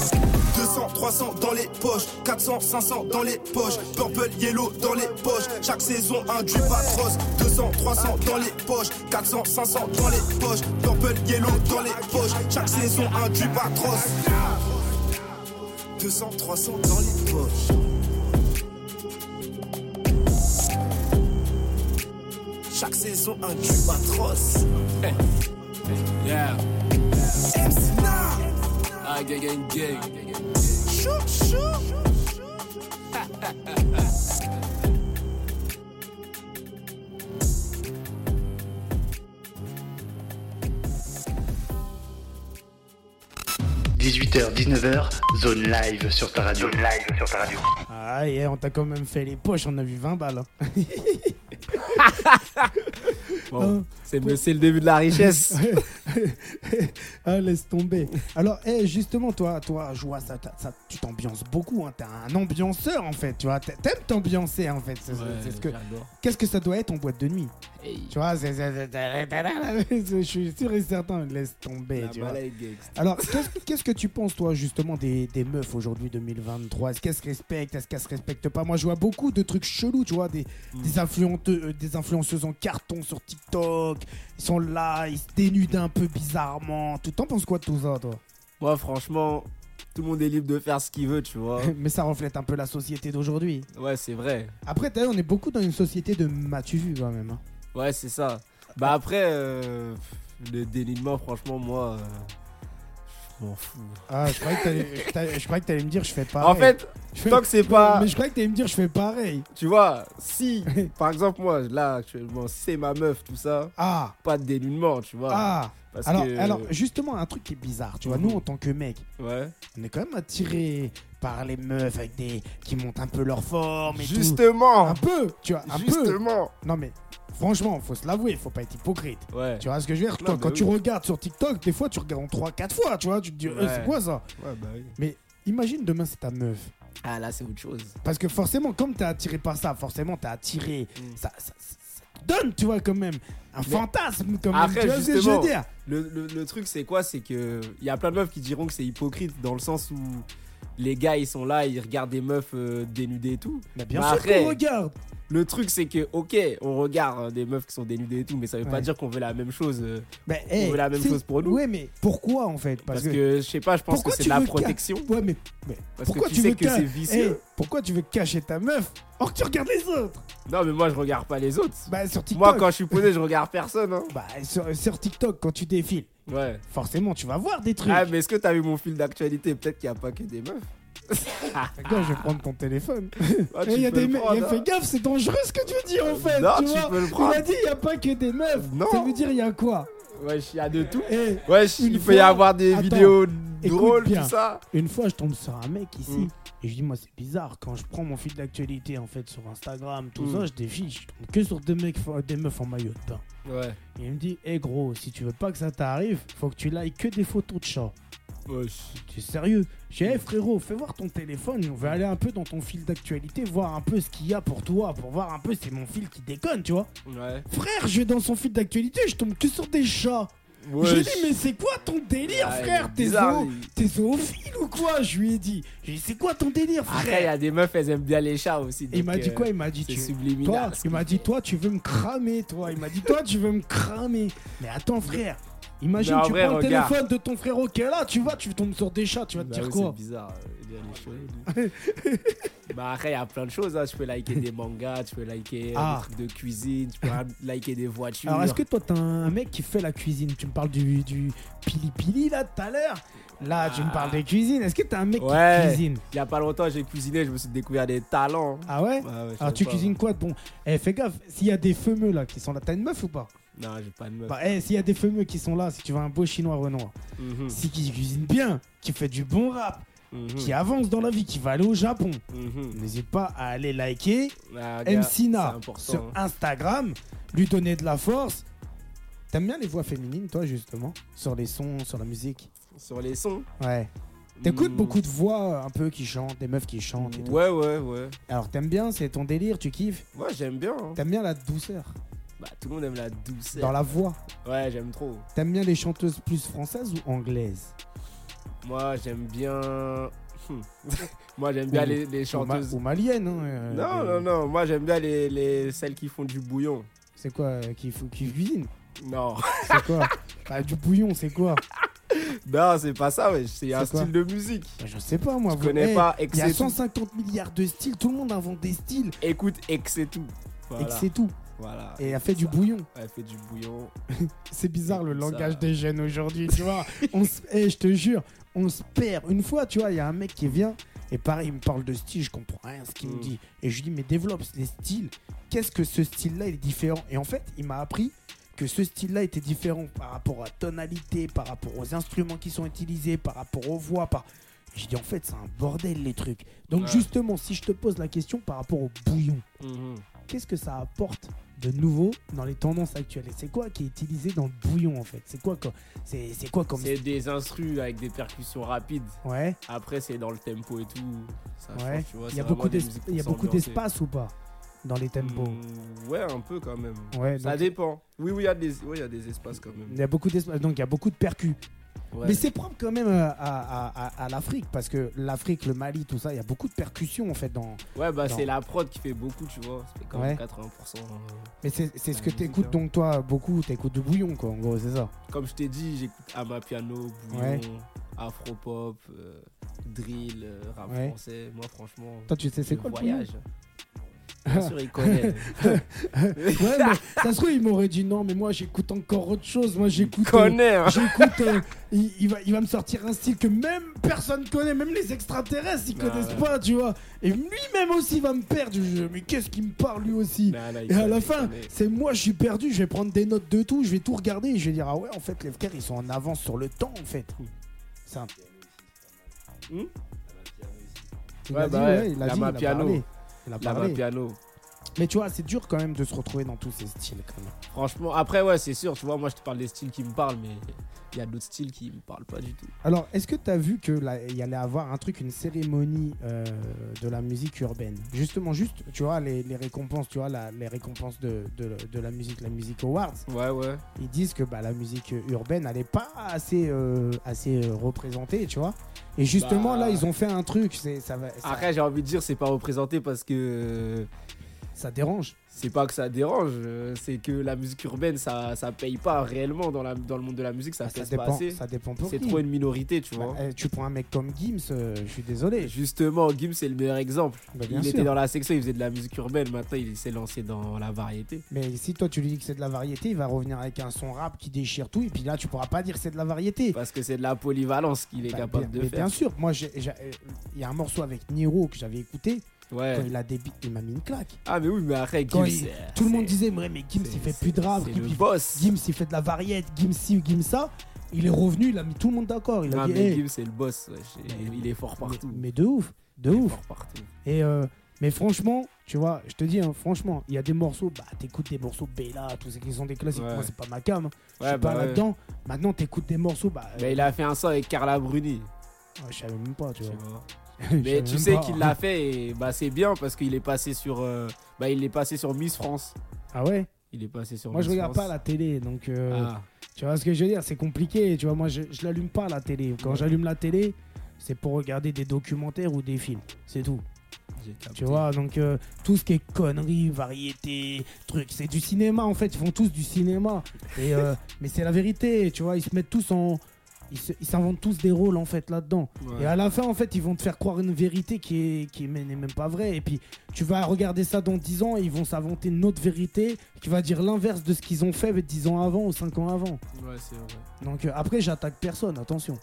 S2: 200, 300 dans les poches, 400, 500 dans les poches, purple, yellow dans les poches. Chaque saison, un drip atroce. 200, 300 dans les poches, 400, 500 dans les poches, purple, yellow dans les poches. Chaque saison, un drip atroce. 200, 300 dans les poches. Chaque saison, un drip atroce.
S4: Yeah,
S2: MC Nah,
S4: ah, gang, gang, gang.
S2: chou, chou.
S1: Zone. 18h, 19h, zone live sur ta radio. Zone live sur ta radio.
S3: Ah, et on t'a quand même fait les poches, on a vu 20 balles. hein.
S4: Bon, c'est le c'est le début de la richesse.
S3: ah, laisse tomber. Alors, eh, justement, toi, toi, Joie, ça, t'a- ça- tu t'ambiances beaucoup. Hein. T'es un ambianceur, en fait. Tu vois, t'a- t'aimes t'ambiancer, en fait. C'est- c'est- c'est ce que- Qu'est-ce que ça doit être en boîte de nuit Tu vois, c'est- c'est- c'est- je suis sûr et certain. Laisse tomber. tu vois. Alors, qu'est-ce- qu'est-ce que tu penses, toi, justement, des, des meufs aujourd'hui 2023 Est-ce qu'elles se respectent Est-ce qu'elles se respectent pas Moi, je vois beaucoup de trucs chelous, tu vois, des, des, influente- euh, des influenceuses en carton sur TikTok. Ils sont là, ils se dénudent un peu bizarrement. Tu t'en penses quoi de tout ça, toi
S4: Moi, franchement, tout le monde est libre de faire ce qu'il veut, tu vois.
S3: Mais ça reflète un peu la société d'aujourd'hui.
S4: Ouais, c'est vrai.
S3: Après, t'as vu, on est beaucoup dans une société de m'as-tu vu, quand même. hein.
S4: Ouais, c'est ça. Bah après, euh, pff, le dénigrement, franchement, moi, euh, je m'en fous.
S3: Ah, je croyais que t'allais- je t'allais- je croyais que t'allais me dire, je fais pareil.
S4: En fait,
S3: Je fais-
S4: tant que c'est pas,
S3: Ah Mais je croyais que t'allais me dire, je fais pareil.
S4: tu vois, si, par exemple, moi, là, actuellement, si c'est ma meuf, tout ça,
S3: Ah,
S4: pas de dénigrement, tu vois.
S3: ah.
S4: parce
S3: Alors,
S4: que,
S3: alors, justement, un truc qui est bizarre, tu vois,
S4: Mhm.
S3: nous en tant que mecs,
S4: ouais.
S3: on est quand même attirés par les meufs avec des qui montent un peu leur forme et tout.
S4: Justement,
S3: Un peu, tu vois, un peu.
S4: justement.
S3: Non mais franchement, faut se l'avouer, faut pas être hypocrite.
S4: Ouais.
S3: Tu vois ce que je veux dire Toi,
S4: Non, mais
S3: quand
S4: oui.
S3: tu regardes sur TikTok, des fois tu regardes en 3 4 fois, tu vois, tu te dis Eh, c'est
S4: Ouais.
S3: quoi ça
S4: Ouais, bah oui.
S3: Imagine demain c'est ta meuf.
S4: Ah là, c'est autre chose.
S3: Parce que forcément, comme t'es attiré par ça, forcément t'es attiré.
S4: Mm.
S3: Ça, ça- ça- ça te donne, tu vois, quand même, un fantasme, quand même.
S4: après,
S3: tu vois ce que je veux
S4: justement,
S3: dire
S4: Le, le- le truc, c'est quoi C'est que il y a plein de meufs qui diront que c'est hypocrite dans le sens où les gars ils sont là, ils regardent des meufs euh, dénudées et tout.
S3: Mais bien
S4: Bah,
S3: sûr
S4: après,
S3: qu'on regarde.
S4: Le truc, c'est que ok, on regarde euh, des meufs qui sont dénudées et tout, mais ça veut
S3: Ouais.
S4: pas dire qu'on veut la même chose. euh,
S3: Mais,
S4: veut la même chose pour nous.
S3: Ben, Ouais, mais pourquoi en fait
S4: parce que, je sais pas, je pense
S3: Pourquoi
S4: que c'est
S3: tu
S4: de la
S3: veux ca-
S4: protection.
S3: Ouais, mais, mais
S4: Parce
S3: pourquoi
S4: que tu,
S3: tu
S4: sais
S3: veux
S4: que
S3: ca-
S4: c'est
S3: Eh,
S4: vicieux.
S3: pourquoi tu veux cacher ta meuf Or que tu regardes les autres
S4: Non, mais moi je regarde pas les autres.
S3: Eh. Bah sur TikTok
S4: moi quand je suis posé, je regarde personne. Hein.
S3: Bah sur, sur TikTok quand tu défiles
S4: Ouais.
S3: Forcément tu vas voir des trucs
S4: Ah, mais est-ce que t'as vu mon fil d'actualité Peut-être qu'il y a pas que des meufs.
S3: D'accord, je vais prendre ton téléphone
S4: Ah,
S3: Eh,
S4: tu
S3: y a
S4: peux
S3: des
S4: le
S3: me-
S4: prendre,
S3: y a-
S4: hein.
S3: Fais gaffe c'est dangereux ce que tu dis en fait
S4: Non,
S3: tu
S4: tu
S3: vois
S4: peux le
S3: On
S4: prendre.
S3: a dit y a pas que des meufs
S4: Non.
S3: Ça veut dire y a quoi
S4: Wesh, il y a de tout.
S3: Eh,
S4: Wesh,
S3: Une
S4: il peut y
S3: fois-
S4: avoir des
S3: Attends,
S4: vidéos
S3: écoute
S4: drôles,
S3: bien.
S4: tout ça.
S3: Une fois, je tombe sur un mec ici
S4: Mm.
S3: et je dis moi c'est bizarre quand je prends mon fil d'actualité en fait sur Instagram tout
S4: Mm.
S3: ça, je défile, je tombe que sur des mecs, des meufs en maillot de bain.
S4: Ouais.
S3: Et il me dit hé gros, si tu veux pas que ça t'arrive, faut que tu likes que des photos de chats.
S4: Wesh.
S3: Tu es sérieux J'ai hey, frérot, fais voir ton téléphone, on va aller un peu dans ton fil d'actualité, voir un peu ce qu'il y a pour toi, pour voir un peu c'est mon fil qui déconne, tu vois.
S4: Ouais.
S3: Frère, je vais dans son fil d'actualité, je tombe que sur des chats. Je lui ai dit, mais c'est quoi ton délire,
S4: Ouais, Ah, il
S3: frère
S4: est
S3: T'es
S4: bizarre,
S3: zoo-
S4: lui.
S3: t'es zoophile ou quoi Je lui ai dit. Je lui ai dit, c'est quoi ton délire,
S4: Après, il y
S3: frère
S4: a des meufs, elles aiment bien les chats aussi.
S3: Il
S4: donc,
S3: m'a dit
S4: euh,
S3: quoi Il m'a dit,
S4: C'est
S3: tu...
S4: subliminal.
S3: toi, il m'a dit, toi, tu veux me cramer, toi. Il m'a dit, toi, tu veux me cramer. Mais attends, frère, Imagine,
S4: Mais en
S3: tu
S4: vrai,
S3: prends le
S4: regarde.
S3: téléphone de ton frérot qui est là, tu vas, tu tombes sur des chats, tu vas te
S4: Bah
S3: dire
S4: oui,
S3: quoi
S4: C'est bizarre. euh, il y a les choses. bah après, il y a plein de choses. hein. Tu peux liker des mangas, tu peux liker euh,
S3: Ah.
S4: des trucs de cuisine, tu peux liker des voitures.
S3: Alors, est-ce que toi, t'es un mec qui fait la cuisine Tu me parles du, du pili pili là tout à l'heure. Là, tu me parles des cuisines. Est-ce que t'es un mec
S4: Ah. Ouais.
S3: qui cuisine
S4: Il y a pas longtemps, j'ai cuisiné, je me suis découvert des talents. hein.
S3: Ah ouais
S4: Ouais, ouais, je
S3: Alors,
S4: savais
S3: tu
S4: pas.
S3: cuisines quoi de bon Eh, fais gaffe, s'il y a des feumeux là qui sont là, t'as une meuf ou pas
S4: Non, j'ai pas de meuf.
S3: Bah, eh, s'il y a des feumeux qui sont là, si tu veux un beau chinois renoir,
S4: Mhm,
S3: si qui cuisine bien, qui fait du bon rap,
S4: mhm,
S3: qui avance dans la vie, qui va aller au Japon,
S4: mhm.
S3: n'hésite pas à aller liker
S4: Ah, gars, c'est
S3: MCNA
S4: important,
S3: sur
S4: hein.
S3: Instagram, lui donner de la force. T'aimes bien les voix féminines, toi, justement Sur les sons, sur la musique
S4: hein, Sur les sons.
S3: Ouais. T'écoutes
S4: Mm.
S3: beaucoup de voix euh, un peu qui chantent, des meufs qui chantent et tout.
S4: Ouais, ouais, ouais.
S3: Alors t'aimes bien, c'est ton délire, tu kiffes.
S4: Ouais, j'aime bien. hein.
S3: T'aimes bien la douceur
S4: Bah, tout le monde aime la douceur.
S3: dans la voix.
S4: Ouais, j'aime trop.
S3: T'aimes bien les chanteuses plus françaises ou anglaises
S4: Moi, j'aime bien. Hmm. Moi, j'aime bien
S3: Ou-
S4: les, les
S3: ou, ma-
S4: chanteuses.
S3: ou maliennes hein, euh,
S4: Non,
S3: euh,
S4: non, non, moi j'aime bien les, les- celles qui font du bouillon.
S3: C'est quoi euh, qui, fou- qui cuisine
S4: Non,
S3: C'est quoi Bah, Du bouillon, c'est quoi Bah,
S4: non, c'est pas ça, wesh. c'est un
S3: C'est quoi
S4: style de musique.
S3: Bah, Je sais pas moi.
S4: Je
S3: vous-
S4: connais
S3: Eh,
S4: pas,
S3: Il y a
S4: excès tout.
S3: 150 milliards de styles, tout le monde invente des styles
S4: Écoute, excès tout. Voilà.
S3: et que c'est tout.
S4: voilà.
S3: Et elle fait du bouillon.
S4: Elle fait du bouillon.
S3: C'est bizarre le
S4: Ça-
S3: langage des jeunes aujourd'hui, tu vois. On se, eh, je te jure, on se perd. Une fois, tu vois, il y a un mec qui vient et pareil, il me parle de style, je comprends rien à ce qu'il me
S4: Mm.
S3: dit. Et je lui dis, mais développe les styles. Qu'est-ce que ce style-là il est différent Et en fait, il m'a appris que ce style-là était différent par rapport à la tonalité, par rapport aux instruments qui sont utilisés, par rapport aux voix. Par... Je dis, en fait, c'est un bordel les trucs. Donc,
S4: Ouais.
S3: justement, si je te pose la question par rapport au bouillon
S4: Mhm.
S3: qu'est-ce que ça apporte de nouveau dans les tendances actuelles Et c'est quoi qui est utilisé dans le bouillon en fait C'est quoi co- c'est c'est quoi comme
S4: C'est des instrus avec des percussions rapides.
S3: Ouais,
S4: Après, c'est dans le tempo et tout. Ça
S3: ouais.
S4: change, tu vois,
S3: Il y a
S4: c'est
S3: beaucoup
S4: vraiment des
S3: d'es-
S4: musiques
S3: il y a
S4: pour
S3: beaucoup
S4: s'ambiancer.
S3: d'espace ou pas dans les tempos
S4: Hmm, Ouais, un peu quand même.
S3: Ouais,
S4: Ça
S3: donc,
S4: dépend. Oui, oui, il y, a des- ouais, il y a des espaces quand
S3: il
S4: même.
S3: y a beaucoup d'espace, donc il y a beaucoup de percus.
S4: Ouais.
S3: Mais c'est propre quand même euh, à, à- à- à l'Afrique, parce que l'Afrique, le Mali, tout ça, il y a beaucoup de percussions en fait. Dans...
S4: Ouais, bah
S3: Non.
S4: c'est la prod qui fait beaucoup, tu vois. C'est quand
S3: Ouais.
S4: même 80%. euh,
S3: Mais c'est c'est ce que
S4: La musique,
S3: t'écoutes
S4: hein.
S3: donc toi beaucoup, t'écoutes du bouillon quoi, en gros, c'est ça.
S4: Comme je t'ai dit, j'écoute Amapiano, Bouillon,
S3: Ouais.
S4: Afropop, euh, Drill, euh, rap
S3: Ouais.
S4: français. Moi, franchement,
S3: Toi, tu sais, c'est
S4: je
S3: quoi le bouillon
S4: voyage Bien sûr, il connaît.
S3: Ouais, mais ça se trouve, il m'aurait dit non, mais moi j'écoute encore autre chose, moi j'écoute. euh,
S4: connaît hein.
S3: J'écoute, euh, il, il va, il va me sortir un style que même personne connaît, même les extraterrestres ils
S4: Ah
S3: connaissent
S4: ouais.
S3: pas, tu vois. Et lui-même aussi va me perdre. Je- mais qu'est-ce qu'il me parle lui aussi
S4: Non, non, Bah, il
S3: Et à
S4: connaît,
S3: la
S4: il
S3: fin,
S4: connaît.
S3: c'est moi, je suis perdu. Je vais prendre des notes de tout, je vais tout regarder et je vais dire ah ouais, en fait les frères ils sont en avance sur le temps en fait. C'est un-
S4: Hmm
S3: Il
S4: Ouais,
S3: a dit,
S4: bah ouais,
S3: ouais, il a dit, il a
S4: l'Amapiano.
S3: parlé. Il a parlé.
S4: L'Amapiano.
S3: Mais tu vois, c'est dur quand même de se retrouver dans tous ces styles quand même.
S4: Franchement, après, ouais, c'est sûr, tu vois, moi, je te parle des styles qui me parlent, mais il y a d'autres styles qui me parlent pas du tout.
S3: Alors, est-ce que tu as vu que là, il y allait avoir un truc, une cérémonie euh, de la musique urbaine Justement, juste, tu vois, les, les récompenses, tu vois, la- les récompenses de, de- de la musique, la Music Awards,
S4: Ouais, ouais.
S3: ils disent que bah, la musique urbaine, elle n'est pas assez, euh, assez euh, représentée, tu vois. Et justement,
S4: Bah.
S3: là, ils ont fait un truc, c'est- ça, va, ça,
S4: Après, j'ai envie de dire, c'est pas représenté parce que.
S3: ça dérange.
S4: c'est pas que ça dérange, euh, c'est que la musique urbaine, ça, ça paye pas réellement dans, la, dans le monde de la musique, ça
S3: Bah,
S4: pèse pas
S3: dépend,
S4: assez.
S3: ça dépend pour
S4: C'est
S3: qui.
S4: trop une minorité, tu
S3: Bah,
S4: vois.
S3: eh, tu prends un mec comme Gims, euh, je suis
S4: Et
S3: désolé.
S4: Justement, Gims, c'est le meilleur exemple.
S3: Bah, bien
S4: il
S3: sûr.
S4: était dans la section, il faisait de la musique urbaine, maintenant il s'est lancé dans la variété.
S3: Mais si toi tu lui dis que c'est de la variété, il va revenir avec un son rap qui déchire tout, et puis là tu pourras pas dire que c'est de la variété.
S4: Parce que c'est de la polyvalence qu'il est
S3: Bah,
S4: capable
S3: bien,
S4: de
S3: mais
S4: faire.
S3: bien sûr, moi j'ai- j'ai- euh, il y a un morceau avec Niro que j'avais écouté, quand
S4: Ouais.
S3: il a débi- il m'a mis une claque.
S4: Ah, mais oui, mais après,
S3: Quand
S4: Gims.
S3: il-
S4: c'est-
S3: tout le monde
S4: c'est-
S3: disait ouais, mais Gims
S4: c'est-
S3: il fait
S4: c'est-
S3: plus de rap,
S4: C'est
S3: Gims,
S4: le
S3: il-
S4: boss.
S3: Gims il fait de la variété, Gims ci ou Gims ça. Il est revenu, il a mis tout le monde d'accord. Il a
S4: Ah,
S3: dit
S4: mais
S3: hey,
S4: Gims, c'est le boss. wesh. Et
S3: Mais-
S4: Il est fort partout.
S3: mais de ouf, de
S4: Il est
S3: ouf.
S4: fort partout.
S3: Et euh, mais franchement, tu vois, je te dis, hein, franchement, il y a des morceaux, bah t'écoutes des morceaux Bella, tous ceux qui sont des classiques,
S4: Ouais.
S3: moi c'est pas ma cam, hein. je
S4: Ouais,
S3: suis pas
S4: bah ouais.
S3: là-dedans. Maintenant t'écoutes des morceaux, bah euh,
S4: Bah, il a fait un son avec Carla
S3: ouais,
S4: Bruni.
S3: je savais même pas, tu
S4: tu
S3: vois.
S4: vois.
S3: Je savais
S4: Mais tu
S3: même
S4: sais
S3: pas.
S4: qu'il l'a fait et bah c'est bien parce qu'il est passé sur euh, bah il est passé sur Miss France.
S3: Ah ouais
S4: Il est passé sur
S3: Moi je
S4: Miss
S3: regarde
S4: France.
S3: pas la télé, donc euh,
S4: Ah,
S3: Tu vois ce que je veux dire C'est compliqué. Tu vois, moi, je, je l'allume pas la télé. Quand
S4: Ouais.
S3: j'allume la télé, c'est pour regarder des documentaires ou des films. C'est tout. Tu vois, donc euh, tout ce qui est conneries, variétés, trucs, c'est du cinéma en fait. Ils font tous du cinéma. Et, euh, mais c'est la vérité, tu vois. Ils se mettent tous en. Ils se- ils s'inventent tous des rôles en fait là-dedans.
S4: Ouais.
S3: Et à la fin, en fait, ils vont te faire croire une vérité qui, est, qui est- mais n'est même pas vraie. Et puis, tu vas regarder ça dans 10 ans, et ils vont s'inventer une autre vérité qui va dire l'inverse de ce qu'ils ont fait 10 ans avant ou 5 ans avant.
S4: Ouais, c'est vrai.
S3: Donc euh, après, j'attaque personne, attention.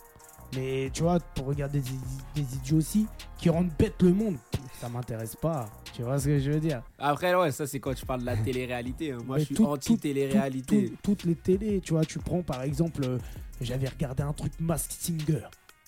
S3: Mais tu vois, pour regarder des, des idiots aussi qui rendent bête le monde, ça m'intéresse pas. Tu vois ce que je veux dire
S4: Après, ouais, ça, c'est quand tu parles de la télé-réalité. hein. Moi,
S3: Mais
S4: je suis
S3: tout-
S4: anti-télé-réalité.
S3: Tout- toutes les télés, tu vois, tu prends par exemple, euh, j'avais regardé un truc Mask Singer.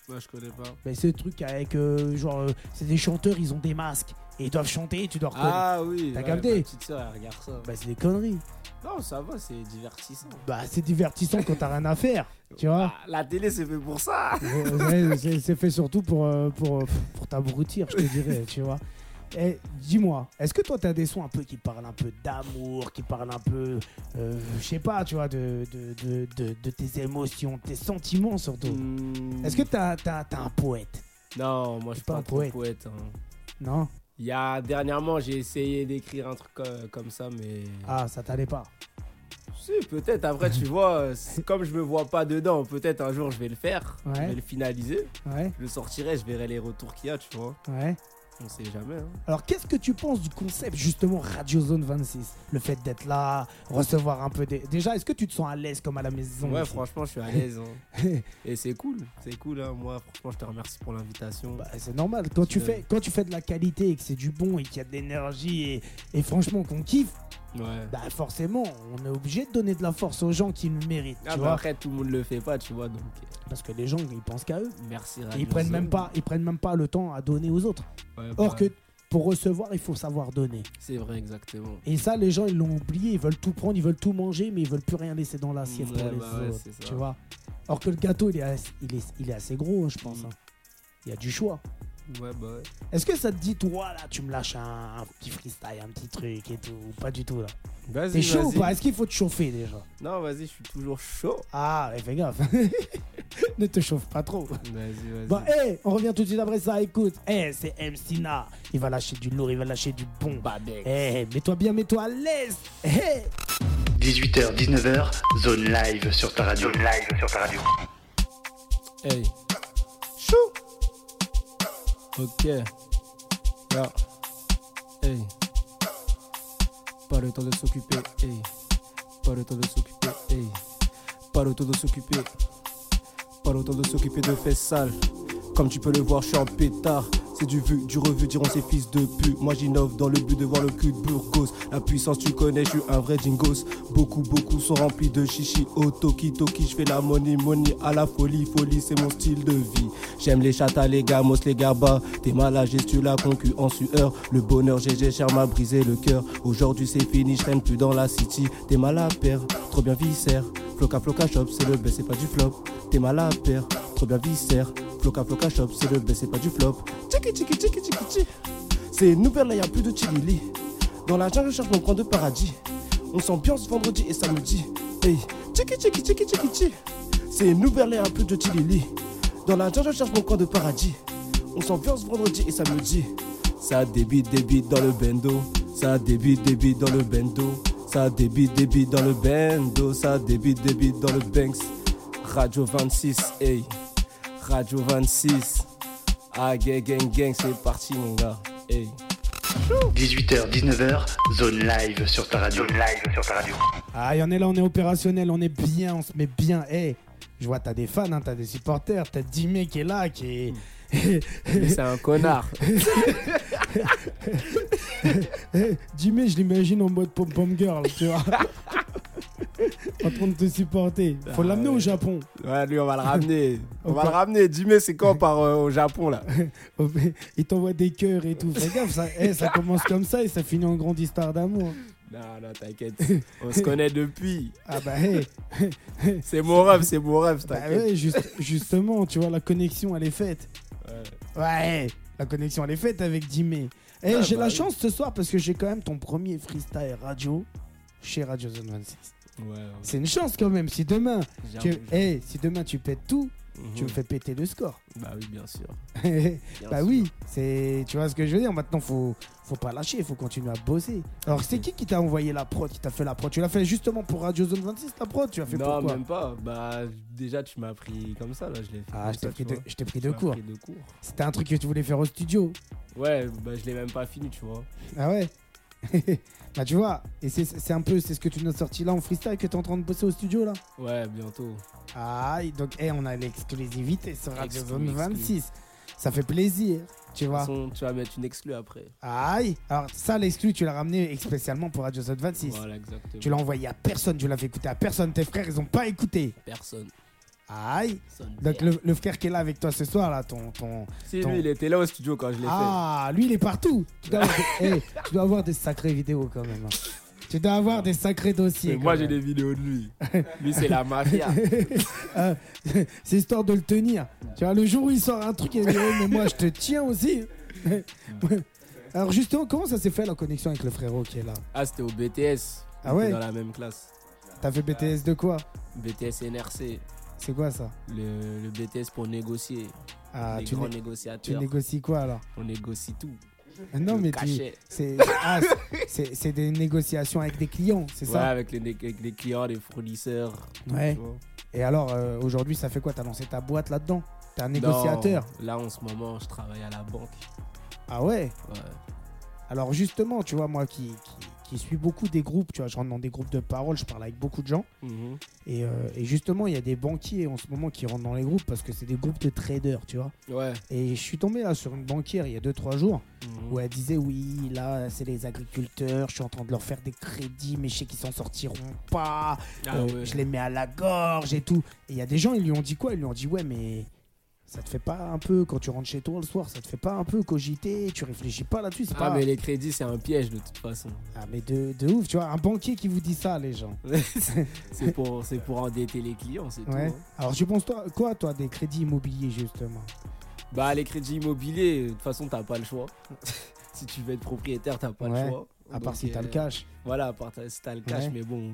S4: Moi, je connais pas.
S3: Mais c'est le truc avec, euh, genre, euh, c'est des chanteurs, ils ont des masques et ils doivent chanter, tu dois reconnaître.
S4: Ah oui.
S3: T'as
S4: ouais,
S3: capté
S4: ma petite sœur, elle regarde ça.
S3: Bah, c'est des conneries.
S4: Non, ça va, c'est divertissant.
S3: Bah, c'est divertissant quand t'as rien à faire, tu vois.
S4: Ah, la télé, c'est fait pour ça.
S3: Ouais, ouais, c'est c'est fait surtout pour, euh, pour, euh, pour t'abrutir, je te dirais, tu vois. Et dis-moi, est-ce que toi, t'as des sons un peu qui parlent un peu d'amour, qui parlent un peu, euh, je sais pas, tu vois, de, de, de, de, de tes émotions, tes sentiments surtout
S4: Hmm.
S3: Est-ce que t'as as, un poète
S4: Non, moi, je suis
S3: pas
S4: pas,
S3: un
S4: trop
S3: poète.
S4: poète. hein.
S3: Non
S4: Il y a, dernièrement, j'ai essayé d'écrire un truc euh, comme ça, mais.
S3: Ah, ça t'allait pas.
S4: Si, peut-être. Après, tu vois, euh, c'est- comme je me vois pas dedans, peut-être un jour je vais le faire. Je
S3: Ouais.
S4: vais le finaliser.
S3: Ouais,
S4: Je le sortirai, je verrai les retours qu'il y a, tu vois.
S3: ouais.
S4: On sait jamais. hein.
S3: Alors, qu'est-ce que tu penses du concept, justement, Radio Zone 26 Le fait d'être là, recevoir un peu des. Déjà, est-ce que tu te sens à l'aise comme à la maison
S4: Ouais,
S3: ici
S4: franchement, je suis à l'aise. hein. Et c'est cool, c'est cool. hein. Moi, franchement, je te remercie pour l'invitation.
S3: Bah, c'est normal. Quand tu,
S4: Je-
S3: fais, quand tu fais de la qualité et que c'est du bon et qu'il y a de l'énergie et, et franchement qu'on kiffe,
S4: ouais.
S3: bah forcément, on est obligé de donner de la force aux gens qui le méritent.
S4: Ah,
S3: tu
S4: mais
S3: vois
S4: après, tout le monde le fait pas, tu vois. Donc, euh,
S3: Parce que les gens, ils pensent qu'à eux.
S4: merci.
S3: Et
S4: Radio
S3: ils prennent,
S4: Zone.
S3: même pas, ils prennent même pas le temps à donner aux autres.
S4: Ouais,
S3: Or
S4: bah,
S3: que pour recevoir, il faut savoir donner.
S4: C'est vrai, exactement.
S3: Et ça, les gens, ils l'ont oublié. Ils veulent tout prendre, ils veulent tout manger, mais ils veulent plus rien laisser dans l'assiette
S4: Ouais,
S3: pour les
S4: bah ouais,
S3: autres.
S4: c'est ça.
S3: tu vois Or que le gâteau, il est, assez- il est, il est assez gros, hein, je pense.
S4: Mm.
S3: hein. Il y a du choix.
S4: Ouais, bah ouais.
S3: Est-ce que ça te dit, toi, là, tu me lâches un, un petit freestyle, un petit truc et tout ou Pas du tout, là.
S4: Vas-y,
S3: T'es chaud ou
S4: vas-y.
S3: pas Est-ce qu'il faut te chauffer déjà
S4: Non, vas-y, je suis toujours chaud.
S3: Ah, mais fais gaffe. ne te chauffe pas trop.
S4: Vas-y, vas-y.
S3: Bah, hé, on revient tout de suite après ça. Écoute, hé, c'est M. Sina. Il va lâcher du lourd, il va lâcher du bon. Bah, hé, mets-toi bien, mets-toi à l'aise. Eh, Hé
S1: 18h, 19h, zone live sur ta radio. Zone live sur ta radio.
S4: Hey. Chou. Ok. Yeah. Hey. Pas le temps de s'occuper. Hey. Pas le temps de s'occuper. Hey. Pas le temps de s'occuper. Pas le temps de s'occuper de faits sales. Comme tu peux le voir, je suis en pétard. C'est du vu, du revu, diront ces fils de pute. Moi j'innove dans le but de voir le cul de Burgos. La puissance, tu connais, je suis un vrai jingos. Beaucoup, beaucoup sont remplis de chichi. Au toki toki, je fais la money money à la folie. Folie, c'est mon style de vie. J'aime les chatas, les gamos, les gabas. T'es mal à gestu, la concu en sueur. Le bonheur, GG, cher m'a brisé le cœur. Aujourd'hui c'est fini, je traîne plus dans la city. T'es mal à paire, trop bien viscère. Floca floca shop, c'est le best, c'est pas du flop. T'es mal à paire, trop bien viscère. Floca floca shop, c'est le best, c'est pas du flop. Tchiki tchiki tchiki tchiki tchiki. C'est une nouvelle, là y a plus de chili. Dans la jungle, je cherche mon coin de paradis. On s'ambiance vendredi et samedi. Hey, tchiki tchiki tchiki tchiki tchiki. C'est une nouvelle, là y a plus de chili. Dans la jungle, je cherche mon coin de paradis. On s'ambiance vendredi et samedi. Ça débite, débite dans le bendo. Ça débite, débite dans le bendo. Ça débite, débite dans le bendo. Ça débite, débite dans le banks. Radio 26, hey. Radio 26. Ah, gang, gang, gang, c'est parti, mon gars. Hey.
S1: 18h, 19h, zone live sur ta radio. Zone live sur ta radio.
S3: Ah, y en est là, on est opérationnel, on est bien, on se met bien. Hé je vois, t'as des fans, hein, t'as des supporters, t'as Dimé qui est là, qui est.
S4: Hmm. C'est un connard.
S3: Eh, Jimmy, je l'imagine en mode pom-pom girl, tu vois. en train de te supporter. Faut
S4: Ah
S3: l'amener au
S4: ouais.
S3: Japon.
S4: Ouais, lui, on va le ramener. On va
S3: Au-
S4: le ramener. Dimé, c'est quand on part euh, au Japon, là
S3: Il t'envoie des cœurs et tout. Fais gaffe, ça, eh, ça commence comme ça et ça finit en grande histoire d'amour.
S4: Non, non, t'inquiète. On se connaît depuis.
S3: Ah bah, eh,
S4: C'est mon rêve, c'est mon rêve,
S3: bah
S4: t'inquiète.
S3: ouais, juste- justement, tu vois, la connexion, elle est faite.
S4: Ouais.
S3: Ouais, la connexion, elle est faite avec Jimmy. Eh,
S4: Ah
S3: j'ai
S4: bah
S3: la
S4: oui.
S3: chance ce soir parce que j'ai quand même ton premier freestyle radio chez Radio Zone 26.
S4: Ouais, ouais.
S3: C'est une chance quand même. Si demain,
S4: J'avoue,
S3: tu,
S4: j'avoue.
S3: eh, si demain tu pètes tout, tu me fais péter le score.
S4: Mhm. Bah oui, bien sûr.
S3: bah oui, c'est tu vois ce que je veux dire. Maintenant, faut faut pas lâcher, faut continuer à bosser. Alors, c'est qui qui t'a envoyé la prod, qui t'a fait la prod Tu l'as fait justement pour Radio Zone 26 la prod, tu as fait
S4: non,
S3: pourquoi
S4: même pas. Bah déjà, tu m'as pris comme ça, là, je l'ai fait.
S3: Ah,
S4: comme
S3: je t'ai
S4: ça,
S3: pris,
S4: tu
S3: de,
S4: vois.
S3: je t'ai pris
S4: Tu
S3: de
S4: m'as
S3: court.
S4: pris de cours.
S3: C'était un truc que tu voulais faire au studio.
S4: Ouais, bah je l'ai même pas fini, tu vois.
S3: Ah ouais Bah tu vois, et c'est- c'est un peu c'est ce que tu nous as sorti là en freestyle que t'es en train de bosser au studio là.
S4: Ouais, bientôt.
S3: Ah, et donc eh, on a l'exclusivité sur Radio
S4: Exclu,
S3: Zone
S4: exclu.
S3: 26. Ça fait plaisir, tu
S4: De toute
S3: vois.
S4: façon, tu vas mettre une exclue après.
S3: Aïe Alors ça, l'exclu, tu l'as ramené spécialement pour Radio Zone 26.
S4: Voilà, exactement.
S3: Tu l'as envoyé à personne, tu l'as fait écouter à personne. Tes frères, ils ont pas écouté.
S4: Personne.
S3: Aïe
S4: Personne.
S3: Donc le, le frère qui est là avec toi ce soir, là, ton... ton...
S4: Si
S3: ton-
S4: lui, il était là au studio quand je l'ai
S3: Ah, lui, il est partout tu dois, avoir des... eh, tu dois avoir des sacrées vidéos quand même. hein. Tu dois avoir des sacrés
S4: fait.
S3: dossiers.
S4: Mais
S3: quand
S4: moi, j'ai
S3: même.
S4: des vidéos de lui. lui, c'est la mafia.
S3: Euh, c'est histoire de le tenir. Tu vois, le jour où il sort un truc, il va dire, Ouais, mais moi je te tiens aussi. Alors justement, comment ça s'est fait la connexion avec le frérot qui est là
S4: Ah, c'était au BTS.
S3: Ah
S4: On
S3: ouais
S4: était Dans la même classe.
S3: T'as
S4: Euh,
S3: fait BTS de quoi
S4: BTS NRC.
S3: C'est quoi ça
S4: Le, le BTS pour négocier.
S3: ah,
S4: les
S3: tu,
S4: grands
S3: né- tu
S4: négociateurs.
S3: négocies quoi alors
S4: On négocie tout.
S3: Non
S4: Le
S3: mais tu,
S4: cachet.
S3: c'est ah, c'est- c'est des négociations avec des clients, c'est
S4: Ouais,
S3: ça
S4: avec les, né- avec les clients, les fournisseurs.
S3: Ouais.
S4: tu vois.
S3: Et alors euh, aujourd'hui, ça fait quoi T'as lancé ta boîte là-dedans T'es un
S4: Non,
S3: négociateur
S4: là, en ce moment, je travaille à la banque.
S3: Ah ouais
S4: Ouais.
S3: Alors justement, tu vois, moi qui, qui, qui suis beaucoup des groupes, tu vois, je rentre dans des groupes de parole, je parle avec beaucoup de gens.
S4: Mhm.
S3: Et, euh, et justement, il y a des banquiers en ce moment qui rentrent dans les groupes parce que c'est des groupes de traders, tu vois.
S4: Ouais.
S3: Et je suis tombé là sur une banquière il y a 2-3 jours
S4: Mhm.
S3: où elle disait Oui, là, c'est les agriculteurs, je suis en train de leur faire des crédits, mais je sais qu'ils s'en sortiront pas,
S4: Ah
S3: Euh,
S4: ouais.
S3: je les mets à la gorge et tout. Et il y a des gens, ils lui ont dit quoi Ils lui ont dit Ouais, mais ça te fait pas un peu, quand tu rentres chez toi le soir, ça te fait pas un peu cogiter, tu réfléchis pas là-dessus, c'est
S4: Ah,
S3: pas.
S4: mais les crédits, c'est un piège de toute façon.
S3: Ah, mais de, de ouf, tu vois, un banquier qui vous dit ça, les gens.
S4: c'est pour, c'est pour endetter les clients, c'est
S3: Ouais.
S4: tout. hein.
S3: Alors, tu penses toi, quoi, toi, des crédits immobiliers, justement
S4: Bah, les crédits immobiliers, de toute façon, t'as pas le choix. si tu veux être propriétaire, t'as pas
S3: Ouais,
S4: le choix.
S3: À part
S4: Donc,
S3: si t'as le
S4: euh,
S3: cash.
S4: Voilà, à part t'as- si t'as le cash,
S3: Ouais.
S4: mais bon,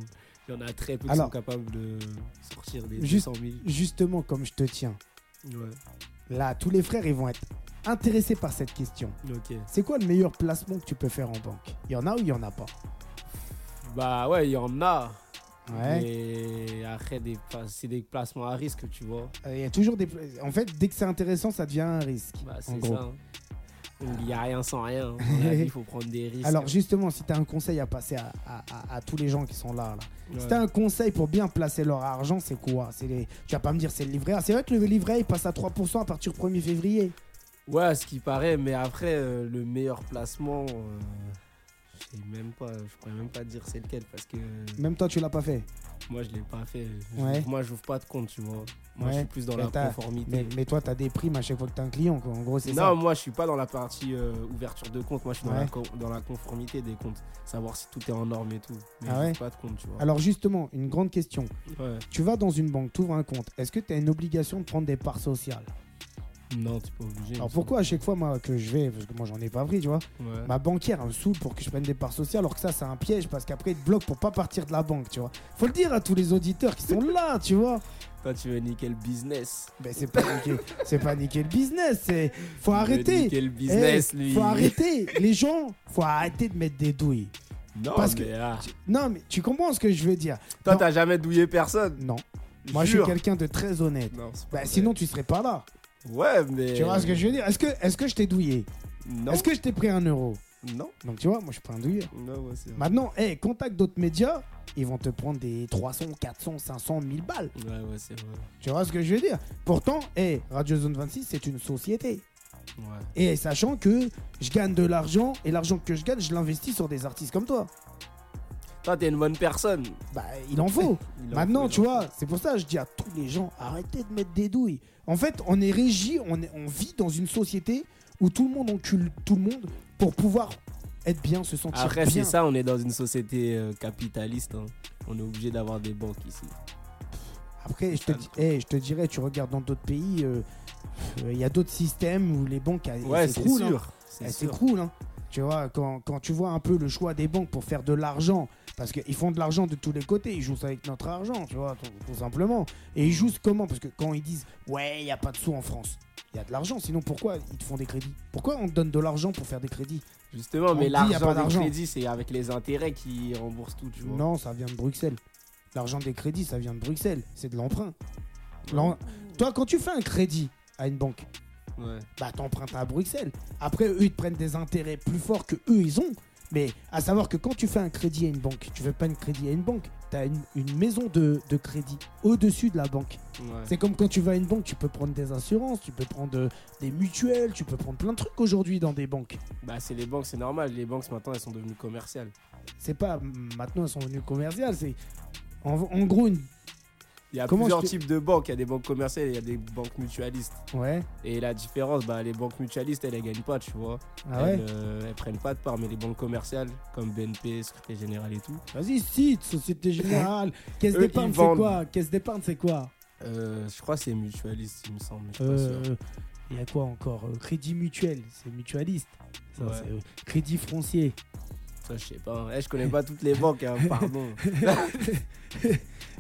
S4: il y en a très peu qui
S3: Alors.
S4: sont capables de sortir des
S3: Juste-
S4: 200 000.
S3: justement comme je te tiens,
S4: Ouais,
S3: là, tous les frères, ils vont être intéressés par cette question.
S4: ok.
S3: C'est quoi le meilleur placement que tu peux faire en banque Il y en a ou il y en a pas
S4: Bah, ouais, il y en a.
S3: Ouais.
S4: Mais après, des, pla- c'est des placements à risque, tu vois.
S3: Euh, Il y a toujours des. pla- En fait, dès que c'est intéressant, ça devient un risque.
S4: Bah,
S3: en
S4: c'est
S3: gros.
S4: ça. hein. Il n'y a rien sans rien. hein. Dans la vie, il faut prendre des risques.
S3: Alors, justement, si tu as un conseil à passer à, à- à- à tous les gens qui sont là, là.
S4: Ouais.
S3: si tu un conseil pour bien placer leur argent, c'est quoi C'est les... Tu vas pas me dire c'est le livret A. C'est vrai que le livret A, il passe à 3% à partir du 1er février.
S4: Ouais, à ce qui paraît, mais après, euh, le meilleur placement, euh, je sais même pas, je pourrais même pas dire c'est lequel parce que
S3: Même toi, tu l'as pas fait.
S4: moi je l'ai pas fait. Je-
S3: Ouais.
S4: Moi j'ouvre pas de compte, tu vois. Moi je
S3: Ouais.
S4: suis plus dans
S3: Mais
S4: la
S3: t'as-
S4: conformité.
S3: Mais, mais toi, tu as des primes à chaque fois que tu as un client. quoi. En gros, c'est
S4: Mm. non,
S3: ça.
S4: moi je suis pas dans la partie euh, ouverture de compte, moi je suis dans,
S3: Ouais.
S4: la co- dans la conformité des comptes, savoir si tout est en norme et tout. Mais
S3: Ah
S4: je
S3: ouais
S4: j'ouvre pas de compte, tu vois.
S3: Alors, justement, une grande question.
S4: Ouais.
S3: Tu vas dans une banque, tu ouvres un compte. Est-ce que tu as une obligation de prendre des parts sociales
S4: Non, t'es pas obligé.
S3: Alors
S4: mais-
S3: pourquoi à chaque fois moi que je vais, parce que moi j'en ai pas pris, tu vois,
S4: Ouais.
S3: ma banquière elle me saoule pour que je prenne des parts sociales, alors que ça c'est un piège parce qu'après ils te bloquent pour pas partir de la banque, tu vois. Faut le dire à tous les auditeurs qui sont là, tu vois.
S4: Toi tu veux niquer le business.
S3: Mais c'est pas niquer, c'est pas niquer le business, c'est faut
S4: Tu veux
S3: arrêter.
S4: niquer le business,
S3: Eh,
S4: lui.
S3: Faut arrêter, les gens, faut arrêter de mettre des douilles.
S4: Non,
S3: Parce
S4: mais, ah,
S3: Non mais tu comprends ce que je veux dire
S4: Toi
S3: Non.
S4: t'as jamais douillé personne.
S3: Non, moi je
S4: Jure.
S3: suis quelqu'un de très honnête.
S4: Non, c'est pas
S3: Bah,
S4: vrai.
S3: sinon tu serais pas là.
S4: Ouais, mais.
S3: Tu vois ce que je veux dire Est-ce que, est-ce que je t'ai douillé
S4: Non.
S3: Est-ce que je t'ai pris un euro
S4: Non.
S3: Donc tu vois, moi je suis pas un douilleur.
S4: Non, ouais, c'est vrai.
S3: Maintenant, hey, contacte d'autres médias, ils vont te prendre des 300, 400, 500, 1000 balles.
S4: Ouais, ouais, c'est vrai.
S3: Tu vois ce que je veux dire Pourtant, hey, Radio Zone 26, c'est une société.
S4: Ouais.
S3: Et sachant que je gagne de l'argent, et l'argent que je gagne, je l'investis sur des artistes comme toi.
S4: Toi, t'es une bonne personne.
S3: Bah, il en faut.
S4: Il en
S3: Maintenant,
S4: faut, il
S3: tu
S4: en
S3: vois, c'est pour ça que je dis à tous les gens, arrêtez de mettre des douilles. En fait, on est régi, on, est- on vit dans une société où tout le monde encule tout le monde pour pouvoir être bien, se sentir
S4: Après,
S3: bien.
S4: c'est ça, on est dans une société euh, capitaliste. hein. On est obligé d'avoir des banques ici.
S3: Après, je te, dis- eh, je te dirais, tu regardes dans d'autres pays, euh, il y a d'autres systèmes où les banques elles-
S4: Ouais,
S3: elles
S4: c'est
S3: s'écroulent, hein.
S4: sûr. C'est
S3: Elles
S4: sûr.
S3: s'écroulent. hein. Tu vois, quand, quand tu vois un peu le choix des banques pour faire de l'argent Parce qu'ils font de l'argent de tous les côtés, ils jouent ça avec notre argent, tu vois, tout, tout simplement. Et ils jouent comment Parce que quand ils disent ouais, il n'y a pas de sous en France, il y a de l'argent, sinon pourquoi ils te font des crédits Pourquoi on te donne de l'argent pour faire des crédits
S4: Justement,
S3: On dit,
S4: mais
S3: y a pas
S4: l'argent des
S3: d'argent.
S4: crédits, c'est avec les intérêts qui remboursent tout, tu vois.
S3: Non, ça vient de Bruxelles. L'argent des crédits, ça vient de Bruxelles, c'est de l'emprunt. L'en- Toi, quand tu fais un crédit à une banque,
S4: Ouais.
S3: bah t'empruntes à Bruxelles. Après, eux, ils te prennent des intérêts plus forts que eux, ils ont. Mais à savoir que quand tu fais un crédit à une banque, tu fais pas un crédit à une banque, tu as une, une maison de, de crédit au-dessus de la banque.
S4: ouais.
S3: C'est comme quand tu vas à une banque, tu peux prendre des assurances, tu peux prendre euh, des mutuelles, tu peux prendre plein de trucs aujourd'hui dans des banques.
S4: Bah, c'est les banques, c'est normal. Les banques, maintenant, elles sont devenues commerciales.
S3: C'est pas mm, maintenant elles sont venues commerciales, c'est en, en gros une.
S4: Il y a
S3: Comment
S4: plusieurs
S3: je te-
S4: types de banques. Il y a des banques commerciales et il y a des banques mutualistes.
S3: Ouais,
S4: Et la différence, bah, les banques mutualistes, elles, elles gagnent pas, tu vois.
S3: ah
S4: elles,
S3: ouais.
S4: euh, elles prennent pas de part, mais les banques commerciales, comme BNP, Société Générale et tout,
S3: Vas-y, cite Société Générale. Caisse
S4: Eux,
S3: d'épargne,
S4: ils
S3: c'est
S4: vendent.
S3: quoi Caisse d'épargne, c'est quoi
S4: euh, je crois que c'est mutualiste, il me semble. mais je suis pas sûr.
S3: Euh, Il y a quoi encore Euh, Crédit mutuel, c'est mutualiste. Ça,
S4: Ouais.
S3: c'est, euh, crédit foncier.
S4: Ça, je sais pas. hein. Eh, je connais pas toutes les banques, hein, pardon.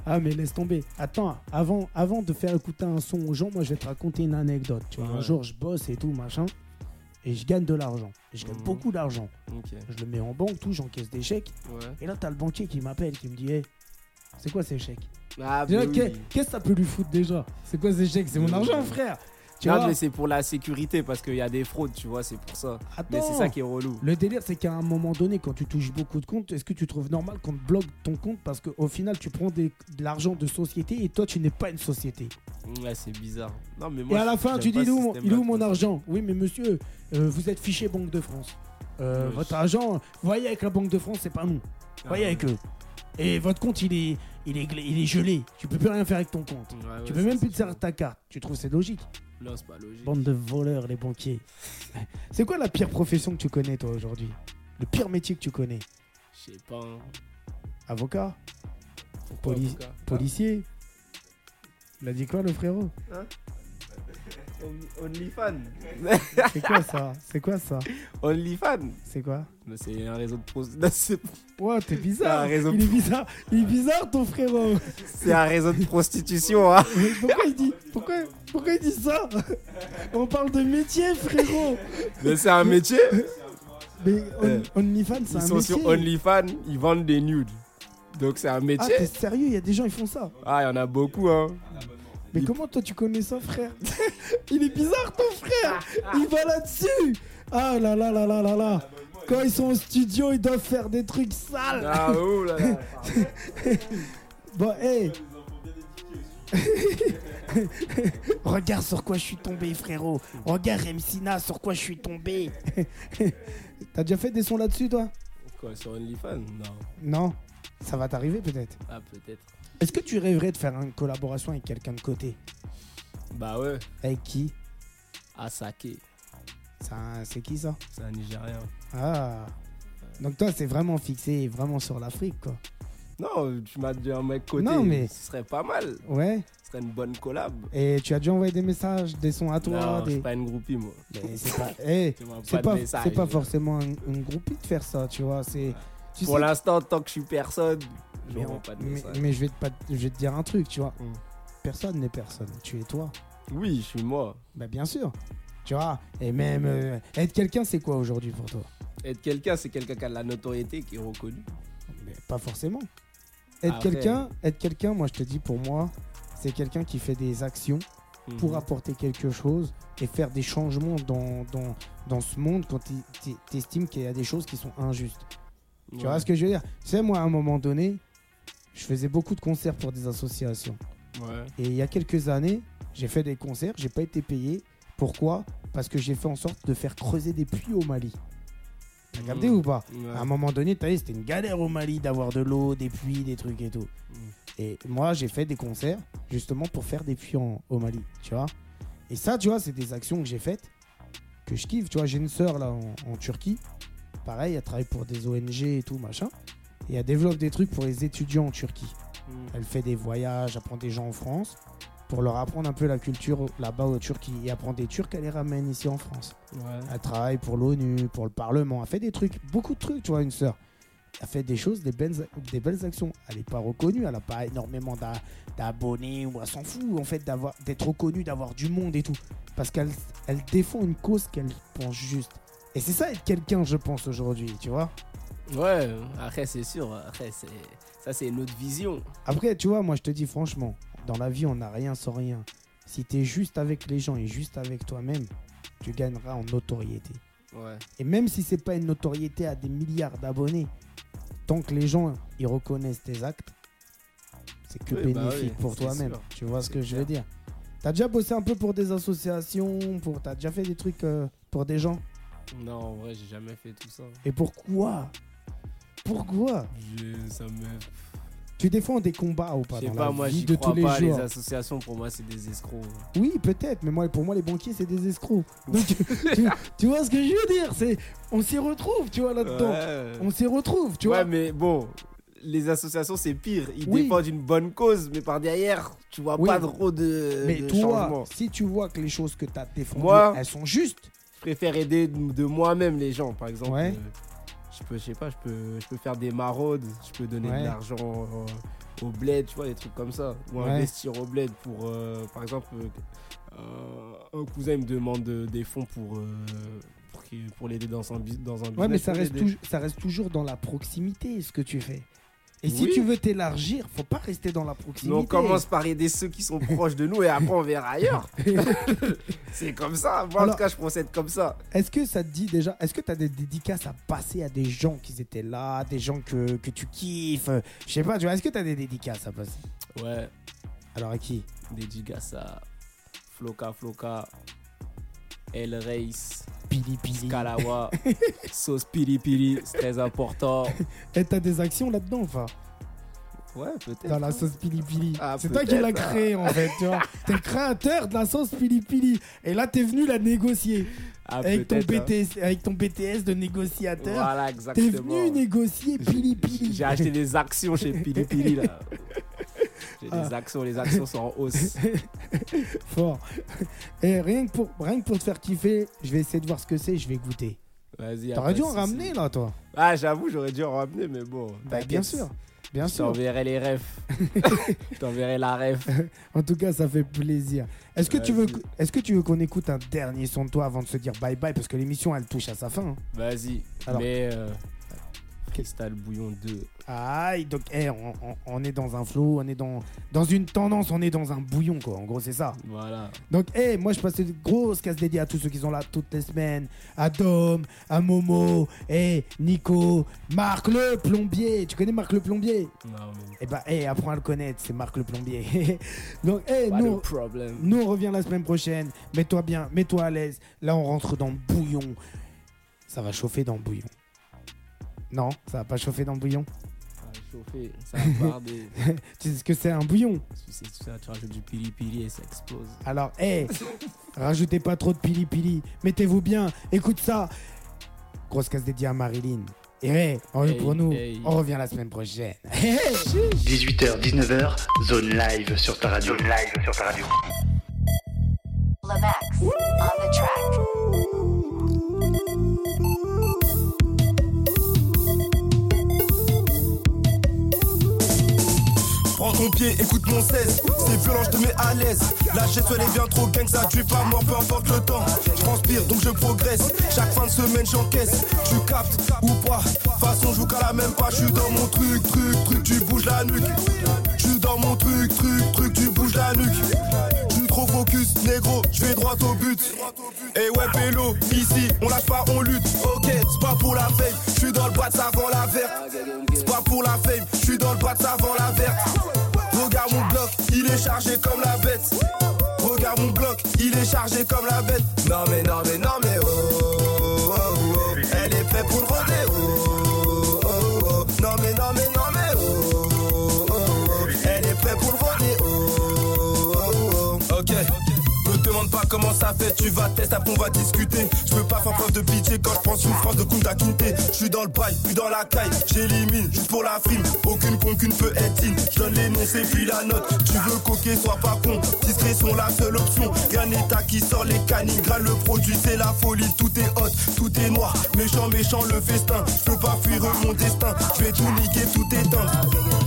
S3: Ah mais laisse tomber. Attends, avant, avant de faire écouter un son aux gens, moi je vais te raconter une anecdote. Tu vois, un
S4: Ouais.
S3: jour je bosse et tout machin, et je gagne de l'argent. Je gagne
S4: Mhm.
S3: beaucoup d'argent.
S4: Ok,
S3: Je le mets en banque, tout, j'encaisse des chèques.
S4: ouais.
S3: Et là t'as le banquier qui m'appelle, qui me dit, Hey, c'est quoi ces chèques
S4: Ah, mais
S3: Déjà, qu'est-
S4: oui.
S3: Qu'est-ce que ça peut lui foutre déjà C'est quoi ces chèques C'est mon
S4: Oui.
S3: argent, frère. Tu
S4: Non,
S3: vois
S4: mais c'est pour la sécurité parce qu'il y a des fraudes, tu vois, c'est pour ça. Mais c'est
S3: Attends.
S4: ça qui est relou.
S3: Le délire, c'est qu'à un moment donné, quand tu touches beaucoup de comptes, est-ce que tu trouves normal qu'on te bloque ton compte parce qu'au final, tu prends des- de l'argent de société et toi, tu n'es pas une société.
S4: Ouais, c'est bizarre. Non, mais
S3: et
S4: moi,
S3: à la
S4: je-
S3: fin,
S4: j'aime
S3: tu dis,
S4: pas
S3: il est
S4: ce
S3: où mon- il est
S4: système-là,
S3: où mon
S4: quoi.
S3: argent Oui, mais monsieur, euh, vous êtes fiché Banque de France. Euh,
S4: Oui.
S3: votre argent, vous voyez avec la Banque de France, c'est pas nous.
S4: Ah,
S3: voyez avec eux. Et votre compte, il est, il est, gla- il est gelé. Tu peux plus rien faire avec ton compte.
S4: Ouais, Ah, ouais,
S3: tu peux
S4: ça,
S3: même plus
S4: c'est
S3: te servir de ta carte. Tu trouves c'est logique
S4: sûr. Non, c'est pas logique.
S3: Bande de voleurs, les banquiers. c'est quoi la pire profession que tu connais, toi, aujourd'hui Le pire métier que tu connais
S4: Je sais pas. hein.
S3: Avocat
S4: Ah. Pourquoi,
S3: Police-
S4: pourquoi
S3: Policier Il a dit quoi le frérot
S4: Ah, OnlyFan.
S3: C'est quoi ça C'est quoi ça
S4: OnlyFan.
S3: C'est quoi
S4: Mais C'est un réseau de pros- Non, c'est-
S3: Ouais, t'es bizarre.
S4: Ah, raison.
S3: Il est bizarre. Il est bizarre ton frérot.
S4: C'est un réseau de prostitution, hein.
S3: Mais pourquoi il dit pourquoi, pourquoi il dit ça On parle de métier frérot.
S4: Mais c'est un métier.
S3: Mais
S4: Euh,
S3: on, OnlyFans c'est
S4: Ils
S3: un
S4: sont
S3: métier.
S4: sur OnlyFan, ils vendent des nudes. Donc c'est un
S3: Ah
S4: métier.
S3: t'es sérieux Il y a des gens ils font ça.
S4: Ah, il y en a beaucoup, hein.
S3: Mais
S4: Il-
S3: comment toi tu connais ça frère Il est bizarre ton frère. Il va là-dessus. Ah là là là là là là. Quand ils sont au studio ils doivent faire des trucs sales.
S4: Ah, oh là là.
S3: Bon, hey Regarde sur quoi je suis tombé, frérot. Regarde Remsina sur quoi je suis tombé. T'as déjà fait des sons là-dessus, toi
S4: Quoi, sur OnlyFan Non.
S3: Non. Ça va t'arriver peut-être.
S4: Ah, peut-être.
S3: Est-ce que tu rêverais de faire une collaboration avec quelqu'un de côté
S4: Bah ouais.
S3: Avec qui
S4: Asake,
S3: C'est un- C'est qui ça
S4: c'est un Nigérien.
S3: Ah. Donc toi, c'est vraiment fixé, vraiment sur l'Afrique, quoi.
S4: Non, tu m'as dit un mec côté.
S3: Non, mais-
S4: Ce serait pas mal.
S3: Ouais.
S4: Ce serait une bonne collab.
S3: Et tu as déjà envoyé des messages, des sons à toi,
S4: non, je
S3: des.
S4: suis pas une groupie, moi.
S3: Mais c'est pas. Hey,
S4: Tu m'as
S3: Eh, c'est
S4: de
S3: pas,
S4: message.
S3: c'est pas forcément un, un groupie de faire ça, tu vois. C'est. tu
S4: Pour
S3: sais-
S4: l'instant, tant que je suis personne, je
S3: mais, on-
S4: n'envoie pas de
S3: mais-
S4: message.
S3: mais je vais te pas, je vais te dire un truc, tu vois.
S4: Mm.
S3: Personne n'est personne. Tu es toi.
S4: Oui, je suis moi.
S3: Bah bien sûr. Tu vois. Et
S4: Mm.
S3: même euh, être quelqu'un, c'est quoi aujourd'hui pour toi
S4: Être quelqu'un, c'est quelqu'un qui a de la notoriété, qui est reconnu.
S3: Mais Ben, pas forcément. Être
S4: Après- euh,
S3: quelqu'un, être quelqu'un. Moi, je te dis, pour moi, c'est quelqu'un qui fait des actions pour
S4: Mhm.
S3: apporter quelque chose et faire des changements dans dans, dans ce monde quand tu estimes qu'il y a des choses qui sont injustes. Tu
S4: Ouais.
S3: vois ce que je veux dire Tu sais, moi, à un moment donné, je faisais beaucoup de concerts pour des associations.
S4: Ouais.
S3: Et il y a quelques années, j'ai fait des concerts, j'ai pas été payé. Pourquoi Parce que j'ai fait en sorte de faire creuser des puits au Mali. T'as capté
S4: Mhm.
S3: ou pas
S4: Ouais.
S3: À un moment donné, t'as vu, c'était une galère au Mali d'avoir de l'eau, des puits, des trucs et tout.
S4: Mhm.
S3: Et moi, j'ai fait des concerts justement pour faire des puits en- au Mali, tu vois. Et ça, tu vois, c'est des actions que j'ai faites, que je kiffe. Tu vois, j'ai une sœur là en, en Turquie. Pareil, elle travaille pour des ONG et tout, machin. Et elle développe des trucs pour les étudiants en Turquie.
S4: Mhm.
S3: Elle fait des voyages, apprend des gens en France pour leur apprendre un peu la culture là-bas aux Turquie. Et apprend des Turcs, elle les ramène ici en France.
S4: Ouais.
S3: Elle travaille pour l'ONU, pour le Parlement, elle fait des trucs, beaucoup de trucs, tu vois, une sœur. a fait des choses, des belles, des belles actions. Elle n'est pas reconnue, elle n'a pas énormément d'a- d'abonnés ou elle s'en fout en fait d'avoir, d'être reconnue, d'avoir du monde et tout. Parce qu'elle elle défend une cause qu'elle pense juste. Et c'est ça être quelqu'un, je pense, aujourd'hui, tu vois.
S4: Ouais, après c'est sûr, après c'est ça c'est une autre vision.
S3: Après, tu vois, moi je te dis franchement, dans la vie, on n'a rien sans rien. Si tu es juste avec les gens et juste avec toi-même, tu gagneras en notoriété.
S4: Ouais.
S3: Et même si c'est pas une notoriété à des milliards d'abonnés, tant que les gens ils reconnaissent tes actes, c'est que
S4: Oui, bah
S3: bénéfique
S4: oui,
S3: pour
S4: c'est
S3: toi-même.
S4: sûr.
S3: Tu vois ce
S4: C'est
S3: que je veux dire T'as déjà bossé un peu pour des associations, pour t'as déjà fait des trucs euh, pour des gens.
S4: Non, en vrai, j'ai jamais fait tout ça.
S3: Et pourquoi Pourquoi
S4: Je, ça me
S3: Tu défends des combats ou pas
S4: Je sais
S3: dans
S4: pas,
S3: la
S4: moi,
S3: vie
S4: j'y
S3: de
S4: crois
S3: tous les
S4: pas.
S3: jours
S4: Les associations, pour moi, c'est des escrocs.
S3: Oui, peut-être, mais moi, pour moi, les banquiers, c'est des escrocs. Donc, tu, tu vois ce que je veux dire C'est, on s'y retrouve, tu vois là-dedans. On s'y retrouve, tu
S4: ouais,
S3: vois.
S4: mais bon, les associations, c'est pire. Ils
S3: Oui.
S4: défendent une bonne cause, mais par derrière, tu vois
S3: Oui.
S4: pas trop de,
S3: Mais
S4: de
S3: toi,
S4: changement.
S3: si tu vois que les choses que t'as défendues,
S4: Moi-
S3: elles sont justes.
S4: Je préfère aider de de moi-même les gens, par exemple.
S3: Ouais.
S4: euh, je peux, je sais pas, je peux, je peux faire des maraudes, je peux donner
S3: Ouais.
S4: de l'argent euh, au bled, tu vois, des trucs comme ça. Ou
S3: Ouais.
S4: investir au bled pour, euh, par exemple, euh, euh, un cousin il me demande euh, des fonds pour, euh, pour, qu'il- pour l'aider dans, son bus- dans un business.
S3: Ouais, mais
S4: je
S3: ça
S4: peux
S3: reste,
S4: l'aider.
S3: tou- ça reste toujours dans la proximité, ce que tu fais. Et si
S4: Oui.
S3: tu veux t'élargir, faut pas rester dans la proximité.
S4: Mais on commence par aider ceux qui sont proches de nous et après on verra ailleurs. c'est comme ça. Moi, en
S3: Alors-
S4: tout cas, je procède comme ça.
S3: Est-ce que ça te dit déjà Est-ce que t'as des dédicaces à passer à des gens qui étaient là, des gens que, que tu kiffes euh, Je sais pas, tu vois, est-ce que t'as des dédicaces à passer
S4: Ouais,
S3: Alors à qui
S4: dédicace à Floca Floca, El Race,
S3: Pili Pili.
S4: Kalawa, Sauce Piri Piri, c'est très important.
S3: Et Eh, t'as des actions là-dedans, enfin
S4: Ouais, peut-être.
S3: dans la sauce pili pili.
S4: Ah,
S3: c'est toi qui l'as
S4: peut-être, hein.
S3: créé en fait, tu vois. T'es le créateur de la sauce pili pili. Et là, t'es venu la négocier
S4: Ah,
S3: avec ton
S4: peut-être, hein.
S3: BTS, avec ton BTS de négociateur.
S4: Voilà,
S3: T'es
S4: exactement.
S3: venu négocier pili pili.
S4: J'ai acheté des actions chez Pili Pili là. J'ai des
S3: Ah.
S4: actions, les actions sont en hausse.
S3: fort. Et rien que pour rien que pour te faire kiffer, je vais essayer de voir ce que c'est, je vais goûter.
S4: Vas-y. y a
S3: T'aurais
S4: pas
S3: dû
S4: de
S3: en
S4: souci.
S3: ramener là, toi.
S4: Ah, j'avoue, j'aurais dû en ramener, mais bon.
S3: Bah,
S4: t'inquiète.
S3: bien sûr, bien
S4: Je
S3: sûr.
S4: t'enverrai les refs. je t'enverrai la ref.
S3: En tout cas, ça fait plaisir. Est-ce que tu veux,
S4: Vas-y.
S3: est-ce que tu veux qu'on écoute un dernier son de toi avant de se dire bye bye parce que l'émission elle touche à sa fin. hein.
S4: Vas-y.
S3: Alors.
S4: Mais. Euh, Cristal Bouillon 2.
S3: Aïe, donc eh, on, on- on est dans un flow, on est dans, dans une tendance, on est dans un bouillon, quoi. En gros, c'est ça.
S4: Voilà.
S3: Donc, eh, moi, je passe une grosse casse dédiée à tous ceux qui sont là toutes les semaines. À Dom, à Momo, eh, Nico, Marc le plombier. Tu connais Marc le plombier
S4: Non, mais.
S3: Eh ben, eh, apprends à le connaître, c'est Marc le plombier. donc, eh,
S4: Pas
S3: nous,
S4: de problème.
S3: nous, on revient la semaine prochaine. Mets-toi bien, mets-toi à l'aise. Là, on rentre dans le bouillon. Ça va chauffer dans le bouillon. Non, ça va pas chauffer dans le bouillon.
S4: Ça a chauffé, ça a bardé.
S3: Tu sais ce que c'est un bouillon
S4: tu sais, tu sais, tu rajoutes du pili pili et ça explose.
S3: Alors, hé, rajoutez pas trop de pili pili. Mettez-vous bien. Écoute ça. Grosse casse dédiée à Marilyn. Et hé, en
S4: Hey,
S3: pour nous,
S4: hey.
S3: on revient la semaine prochaine.
S1: 18h, 19h, zone live sur ta radio. Zone live sur ta radio.
S6: Lamax on the track.
S2: Prends ton pied, écoute mon 16 C'est violent, je te mets à l'aise La chaise, elle est bien trop gang, ça tue pas moi, peu importe le temps Je transpire, donc je progresse Chaque fin de semaine, j'encaisse Tu captes ou pas Façon, je joue qu'à la même pas Je suis dans mon truc, truc, truc, tu bouges la nuque Je suis dans mon truc, truc, truc, tu bouges la nuque Je suis trop focus, négro, je vais droit au but Et ouais, pélo, ici, on lâche pas, on lutte Ok, c'est pas pour la veille Je suis dans le boîte avant la verte c'est pas pour la fame, je suis dans le bas avant la verte. Regarde mon bloc, il est chargé comme la bête. Regarde mon bloc, il est chargé comme la bête. Non mais non mais non mais oh, oh, oh. elle est prête pour le rodéo. Oh, oh, oh. Non mais non mais non mais oh, oh, oh. elle est prête pour le rodéo. Oh, oh, oh. Ok, ne demande pas comment ça fait Tu vas tester, après on va discuter. Je peux pas faire preuve de pitié quand je prends souffrance de Kunta Kinte. Je suis dans le bail, puis dans la caille, j'élimine, juste pour la frime. Aucune concune peut être in. Je donne l'énoncé, puis la note. Tu veux coquer, sois pas con. Discrétion, la seule option. Rien n'est qui sort les canines. Grâle le produit, c'est la folie. Tout est hot, tout est noir. Méchant, méchant, le festin. Je peux pas fuir mon destin. Je vais tout niquer, tout éteindre.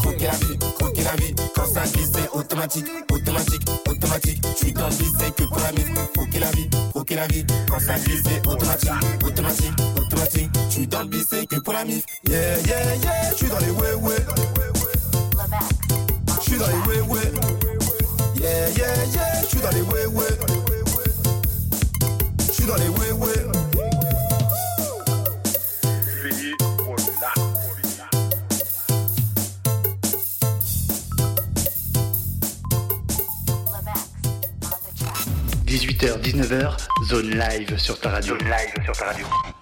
S2: Croquer la vie, croquer la vie. Quand ça glisse, c'est automatique, automatique, automatique. Je suis dans le vide, c'est que pour la mise. Croquer la vie, croquer la vie. Quand ça glisse, c'est automatique, automatique, automatique. Je suis dans le vide, c'est que pour la mif. Yeah, yeah, yeah. Je suis dans les ouais, ouais. Je suis dans les ouais, ouais. Yeah, yeah, yeah. Je suis dans les ouais, ouais. Je suis dans les ouais, ouais.
S1: Heures, 19h, zone live sur ta radio.
S6: Zone live sur ta radio.